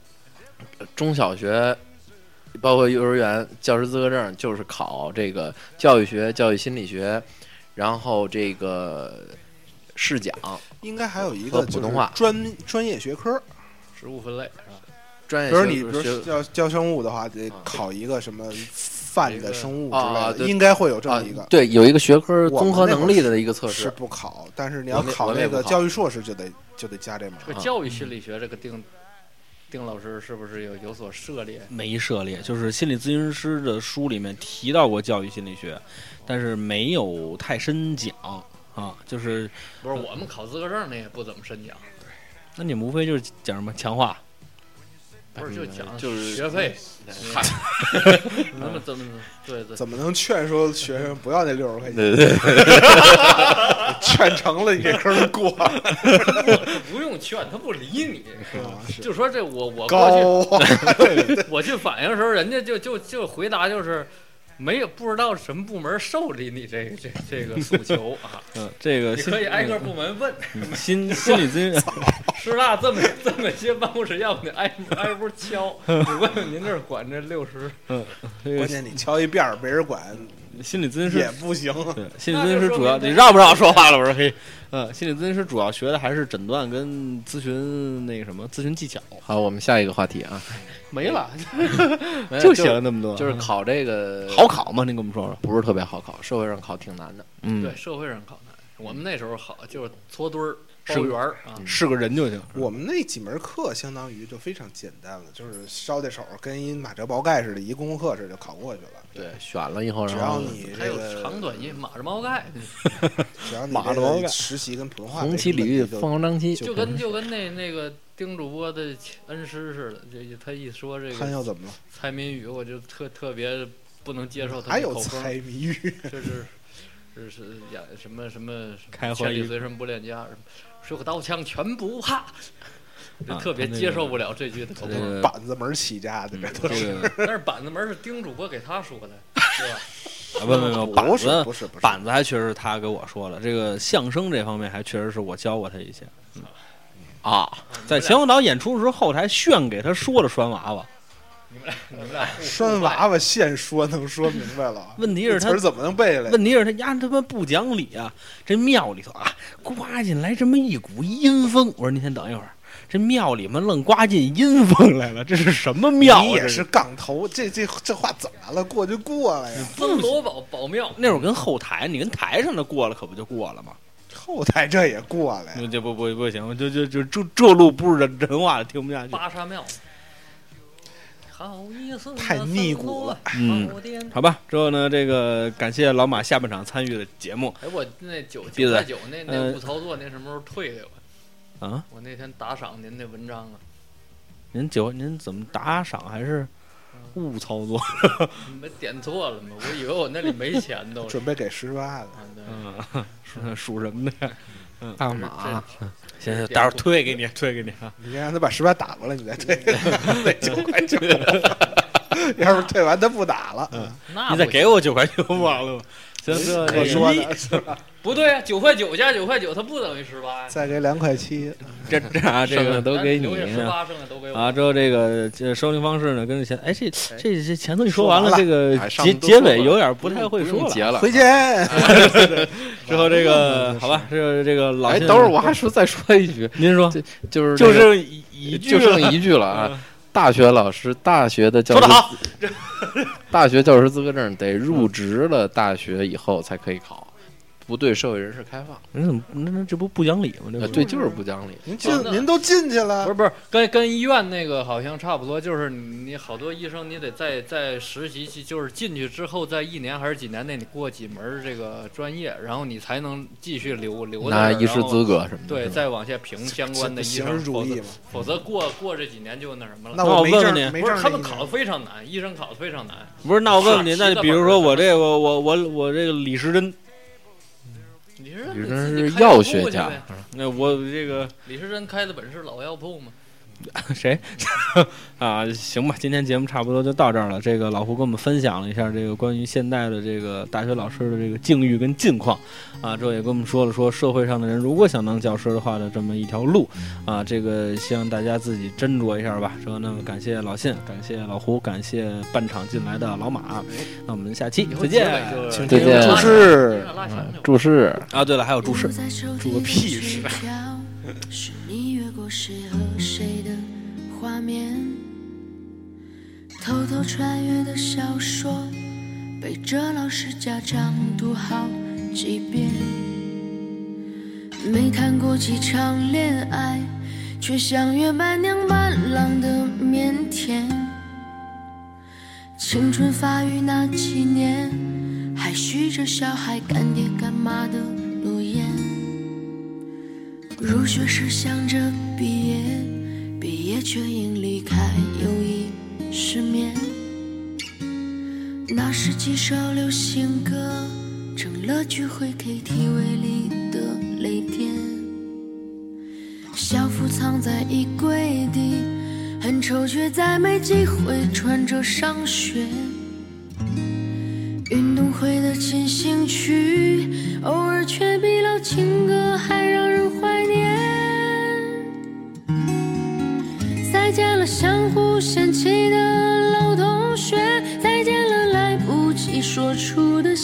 Speaker 4: 中小学，包括幼儿园教师资格证，就是考这个教育学、教育心理学，然后这个试讲、
Speaker 3: 应该还有一
Speaker 4: 和
Speaker 3: 个
Speaker 4: 普
Speaker 3: 就
Speaker 4: 通
Speaker 3: 是
Speaker 4: 话
Speaker 3: 专专业学科，
Speaker 5: 食物分类是吧？
Speaker 4: 专
Speaker 3: 比
Speaker 4: 业
Speaker 3: 如
Speaker 4: 哎学
Speaker 3: 你比如
Speaker 4: 学
Speaker 3: 教教生物的话，得
Speaker 4: 啊
Speaker 3: 考一个什么泛的生物之
Speaker 4: 啊啊
Speaker 3: 类的，
Speaker 4: 对
Speaker 3: 应该会有这
Speaker 4: 啊
Speaker 3: 么一个，，
Speaker 4: 对，有一个学科
Speaker 3: 我们
Speaker 4: 综合
Speaker 3: 那会
Speaker 4: 能
Speaker 3: 儿
Speaker 4: 力的一个测
Speaker 3: 是
Speaker 4: 试，
Speaker 3: 不考，但是你要
Speaker 4: 我们
Speaker 3: 考
Speaker 4: 我们
Speaker 3: 那
Speaker 4: 也
Speaker 3: 个
Speaker 4: 不考
Speaker 3: 教育硕士就得就得加这门儿。
Speaker 5: 这个教育心理学这个定定老师是不是有有所涉猎？
Speaker 2: 没涉猎，就是心理咨询师的书里面提到过教育心理学，但是没有太深讲啊。就是
Speaker 5: 不是，我们考资格证那也不怎么深讲，
Speaker 2: 那你们无非就是讲什么强化，
Speaker 5: 不是就嗯讲
Speaker 4: 就是
Speaker 5: 学费，嗨， 怎么怎么对对，
Speaker 3: 怎么能劝说学生不要那六十块钱？
Speaker 4: 对对，
Speaker 3: 劝成了，你这坑儿 就过啊了。
Speaker 5: 不用劝他不理你，
Speaker 3: 啊是
Speaker 5: 就说这我我过去
Speaker 3: 高啊，
Speaker 5: 我去反映的时候，人家就就就回答就是没有不知道什么部门受理你这个这这个诉求啊，
Speaker 2: 嗯、这个
Speaker 5: 你
Speaker 2: 心
Speaker 5: 可以挨个部门问，
Speaker 2: 嗯心心理咨询
Speaker 5: 师大这么这么些办公室要不你挨挨屋敲，你问问您这儿管这六十，
Speaker 2: 这
Speaker 3: 关
Speaker 2: 个
Speaker 3: 键你敲一遍儿没人管
Speaker 2: 心理咨询师
Speaker 3: 也不行。
Speaker 2: 对，心理
Speaker 5: 那
Speaker 2: 咨
Speaker 5: 就
Speaker 2: 询师
Speaker 5: 说
Speaker 2: 主
Speaker 5: 明
Speaker 2: 要
Speaker 5: 这
Speaker 2: 你
Speaker 5: 个
Speaker 2: 让不让我说话了？我说嘿，嗯，心理咨询师主要学的还是诊断跟咨询那个什么咨询技巧，
Speaker 4: 好，我们下一个话题啊，
Speaker 5: 没了，
Speaker 4: 没有
Speaker 2: 就写了那么多，
Speaker 4: 哎就是考这个
Speaker 2: 好考吗？您跟我们说说。
Speaker 4: 不是特别好考，社会上考挺难的。
Speaker 2: 嗯，
Speaker 5: 对，社会上考难，我们那时候好就是搓堆儿包圆儿啊，
Speaker 2: 是嗯个人就行。
Speaker 3: 我们那几门课相当于就非常简单了，就是捎带手儿跟一马哲宝盖似的，一功课似的就考过去了。
Speaker 4: 对，选了以后，
Speaker 3: 只
Speaker 4: 然
Speaker 3: 要
Speaker 4: 后
Speaker 3: 你
Speaker 5: 嗯还
Speaker 3: 这
Speaker 5: 有
Speaker 3: 个
Speaker 5: 长短音马着毛盖，
Speaker 3: 只要你
Speaker 2: 马
Speaker 3: 这
Speaker 2: 着毛
Speaker 3: 个
Speaker 2: 干
Speaker 3: 实习跟普通话
Speaker 4: 红
Speaker 3: 没
Speaker 4: 旗
Speaker 3: 什么
Speaker 4: 里玉
Speaker 3: 问题
Speaker 4: 凤凰张旗，
Speaker 5: 就跟就跟那那个丁主播的恩师似的，这他一说这
Speaker 3: 就
Speaker 5: 个
Speaker 3: 看要怎么了，
Speaker 5: 猜谜语，我就特特别不能接受他
Speaker 3: 还
Speaker 5: 那
Speaker 3: 有
Speaker 5: 口风，
Speaker 3: 猜谜语，
Speaker 5: 就是就是呀什么什么什么
Speaker 2: 开怀
Speaker 5: 千
Speaker 2: 一
Speaker 5: 里随身不恋家，什么水火刀枪全不怕，就
Speaker 2: 啊
Speaker 5: 特别
Speaker 2: 他那
Speaker 5: 接
Speaker 2: 个
Speaker 5: 受不了这句的口
Speaker 2: 这
Speaker 5: 风。
Speaker 2: 个
Speaker 3: 板子门儿起家的，这
Speaker 2: 这
Speaker 3: 都是。
Speaker 2: 个
Speaker 5: 但是板子门是丁主播给他说的，是吧？
Speaker 2: 啊，不不不，板
Speaker 3: 不是
Speaker 2: 子
Speaker 3: 不是不是
Speaker 2: 板子还确实是他给我说了，这个相声这方面还确实是我教过他一些。嗯
Speaker 4: 啊，
Speaker 2: 在秦皇岛演出的时候，后台炫给他说了拴娃娃，？
Speaker 5: 你们俩你们俩互
Speaker 3: 拴娃娃现说能说明白了啊
Speaker 2: 问题是
Speaker 3: 这
Speaker 2: 他
Speaker 3: 词儿怎么能背下来？
Speaker 2: 问题是他丫他妈不讲理啊！这庙里头啊，刮进来这么一股阴风。我说您先等一会儿，这庙里面愣刮进阴风来了，这是什么庙、啊？
Speaker 3: 你
Speaker 2: 这
Speaker 3: 也是杠头，这这这话怎么了？过就过了呀。
Speaker 5: 僧罗宝宝庙，
Speaker 2: 那会儿跟后台，你跟台上的过了，可不就过了吗？
Speaker 3: 后台这也过了呀。
Speaker 2: 这不不不行，就就就这这路不是人人话了，听不下去。
Speaker 5: 八沙庙。好一僧
Speaker 3: 太
Speaker 5: 那
Speaker 3: 逆
Speaker 5: 僧
Speaker 3: 骨
Speaker 5: 罗
Speaker 3: 了
Speaker 2: 嗯
Speaker 5: 宝殿
Speaker 2: 好吧，之后呢，这个感谢老马下半场参与的节目
Speaker 5: 哎，我那九
Speaker 2: 闭
Speaker 5: 九
Speaker 2: 嘴
Speaker 5: 块九那那
Speaker 2: 呃
Speaker 5: 误操作那什么时候退给我？
Speaker 2: 啊。
Speaker 5: 我那天打赏您那文章啊，
Speaker 2: 您九，您怎么打赏还是误操作？
Speaker 5: 你们点错了吗？我以为我那里没钱都。
Speaker 3: 准备给十八的，
Speaker 5: 啊对
Speaker 2: 嗯，属 属什么的？嗯
Speaker 4: 大
Speaker 5: 这
Speaker 4: 马
Speaker 2: 行行，待会儿退给你，退给你啊。
Speaker 3: 你先让他把十八打过来，你再退
Speaker 5: 嗯
Speaker 3: 那九块九。 要是退完他不打了，
Speaker 5: 那
Speaker 2: 你再
Speaker 5: 不
Speaker 2: 给我九块九不完 了吗？行，
Speaker 5: 哎
Speaker 2: 这
Speaker 3: 可说呢，
Speaker 5: 不对啊，九块九加九块九，它不等于十八呀。
Speaker 3: 再给两块七，
Speaker 2: 这这啊，这
Speaker 4: 剩下
Speaker 2: 个
Speaker 4: 都给你
Speaker 5: 留下十
Speaker 4: 啊，
Speaker 5: 八，剩下都给我。
Speaker 2: 啊，之后这个这收听方式呢，跟前哎这这这前头你说完
Speaker 3: 说完了
Speaker 2: 这个
Speaker 4: 哎上
Speaker 2: 结
Speaker 4: 面都
Speaker 2: 结
Speaker 4: 说
Speaker 2: 尾
Speaker 4: 了
Speaker 2: 有点不太会
Speaker 4: 不
Speaker 2: 说
Speaker 4: 用
Speaker 2: 了。啊
Speaker 4: 结了。
Speaker 3: 回见。
Speaker 5: 哎
Speaker 2: 之后这个好吧，这个这个老
Speaker 4: 哎，
Speaker 2: 先
Speaker 4: 等会儿
Speaker 2: 生
Speaker 4: 我还说再说一句，
Speaker 2: 您说
Speaker 4: 就是
Speaker 2: 就
Speaker 4: 那个
Speaker 2: 剩一一句
Speaker 4: 就
Speaker 2: 了嗯
Speaker 4: 剩一句了啊。大学老师，大学的教
Speaker 2: 说得
Speaker 4: 师
Speaker 2: 好，
Speaker 4: 大学教师资格证得入职了大学以后才可以考，不对社会人士开放。
Speaker 2: 你怎么那那这不不讲理吗？这
Speaker 4: 呃，
Speaker 2: 不
Speaker 4: 对，就是不讲理。
Speaker 3: 您进
Speaker 5: 完了
Speaker 3: 您都进去
Speaker 5: 不是
Speaker 3: 了，
Speaker 5: 不是，跟跟医院那个好像差不多，就是你好多医生，你得在在实习期，就是进去之后，在一年还是几年内，你过几门儿这个专业，然后你才能继续留留在那
Speaker 4: 拿
Speaker 5: 儿
Speaker 4: 医师
Speaker 5: 然后
Speaker 4: 资格嗯什么的，
Speaker 5: 对，
Speaker 4: 是吧
Speaker 5: 再往下评相关的医
Speaker 3: 形式
Speaker 5: 生，
Speaker 3: 主
Speaker 5: 否
Speaker 3: 义
Speaker 5: 则
Speaker 3: 嘛。
Speaker 5: 否则过过这几年就那什么了。
Speaker 3: 那
Speaker 2: 那我
Speaker 3: 没
Speaker 2: 问
Speaker 3: 证
Speaker 2: 问
Speaker 3: 儿，
Speaker 2: 你
Speaker 3: 没
Speaker 5: 不
Speaker 3: 证儿
Speaker 5: 是
Speaker 3: 那
Speaker 5: 他们
Speaker 3: 一年
Speaker 5: 考的非常难，医生考的非常难。
Speaker 2: 不是？那我问问您，
Speaker 5: 是
Speaker 2: 那
Speaker 5: 是
Speaker 4: 啊
Speaker 2: 比如说我这个我我我这个李时珍，
Speaker 5: 李时珍
Speaker 4: 李时
Speaker 5: 你自
Speaker 4: 珍
Speaker 5: 己
Speaker 4: 是
Speaker 5: 开药
Speaker 4: 药
Speaker 5: 铺
Speaker 4: 学
Speaker 5: 去
Speaker 4: 家
Speaker 5: 呗，
Speaker 2: 那我这个
Speaker 5: 李时珍开的本是老药铺嘛，
Speaker 2: 谁啊？行吧，今天节目差不多就到这儿了。这个老胡跟我们分享了一下这个关于现代的这个大学老师的这个境遇跟近况啊，之后也跟我们说了说社会上的人如果想当教师的话的这么一条路啊，这个希望大家自己斟酌一下吧。说那么感谢老信，感谢老胡，感谢半场进来的老马，那我们下期再见
Speaker 3: 请
Speaker 4: 再见
Speaker 3: 注释
Speaker 2: 嗯
Speaker 5: 拉长就
Speaker 4: 注释。
Speaker 2: 啊！对了，还有注释。
Speaker 6: 住个屁事！是你越过谁和谁的画面，偷偷穿越的小说，背着老师家长读好几遍。没谈过几场恋爱，却像约伴娘伴郎的腼腆。青春发育那几年，还许着小孩干爹干妈的诺言。入学时想着毕业，毕业却因离开友谊失眠。那时几首流行歌成了聚会 KTV 里的泪点。校服藏在衣柜底，很丑却再没机会穿着上学。运动会的进行曲，偶尔却比老情歌还让人怀念。再见了相互嫌弃的老同学，再见了来不及说出的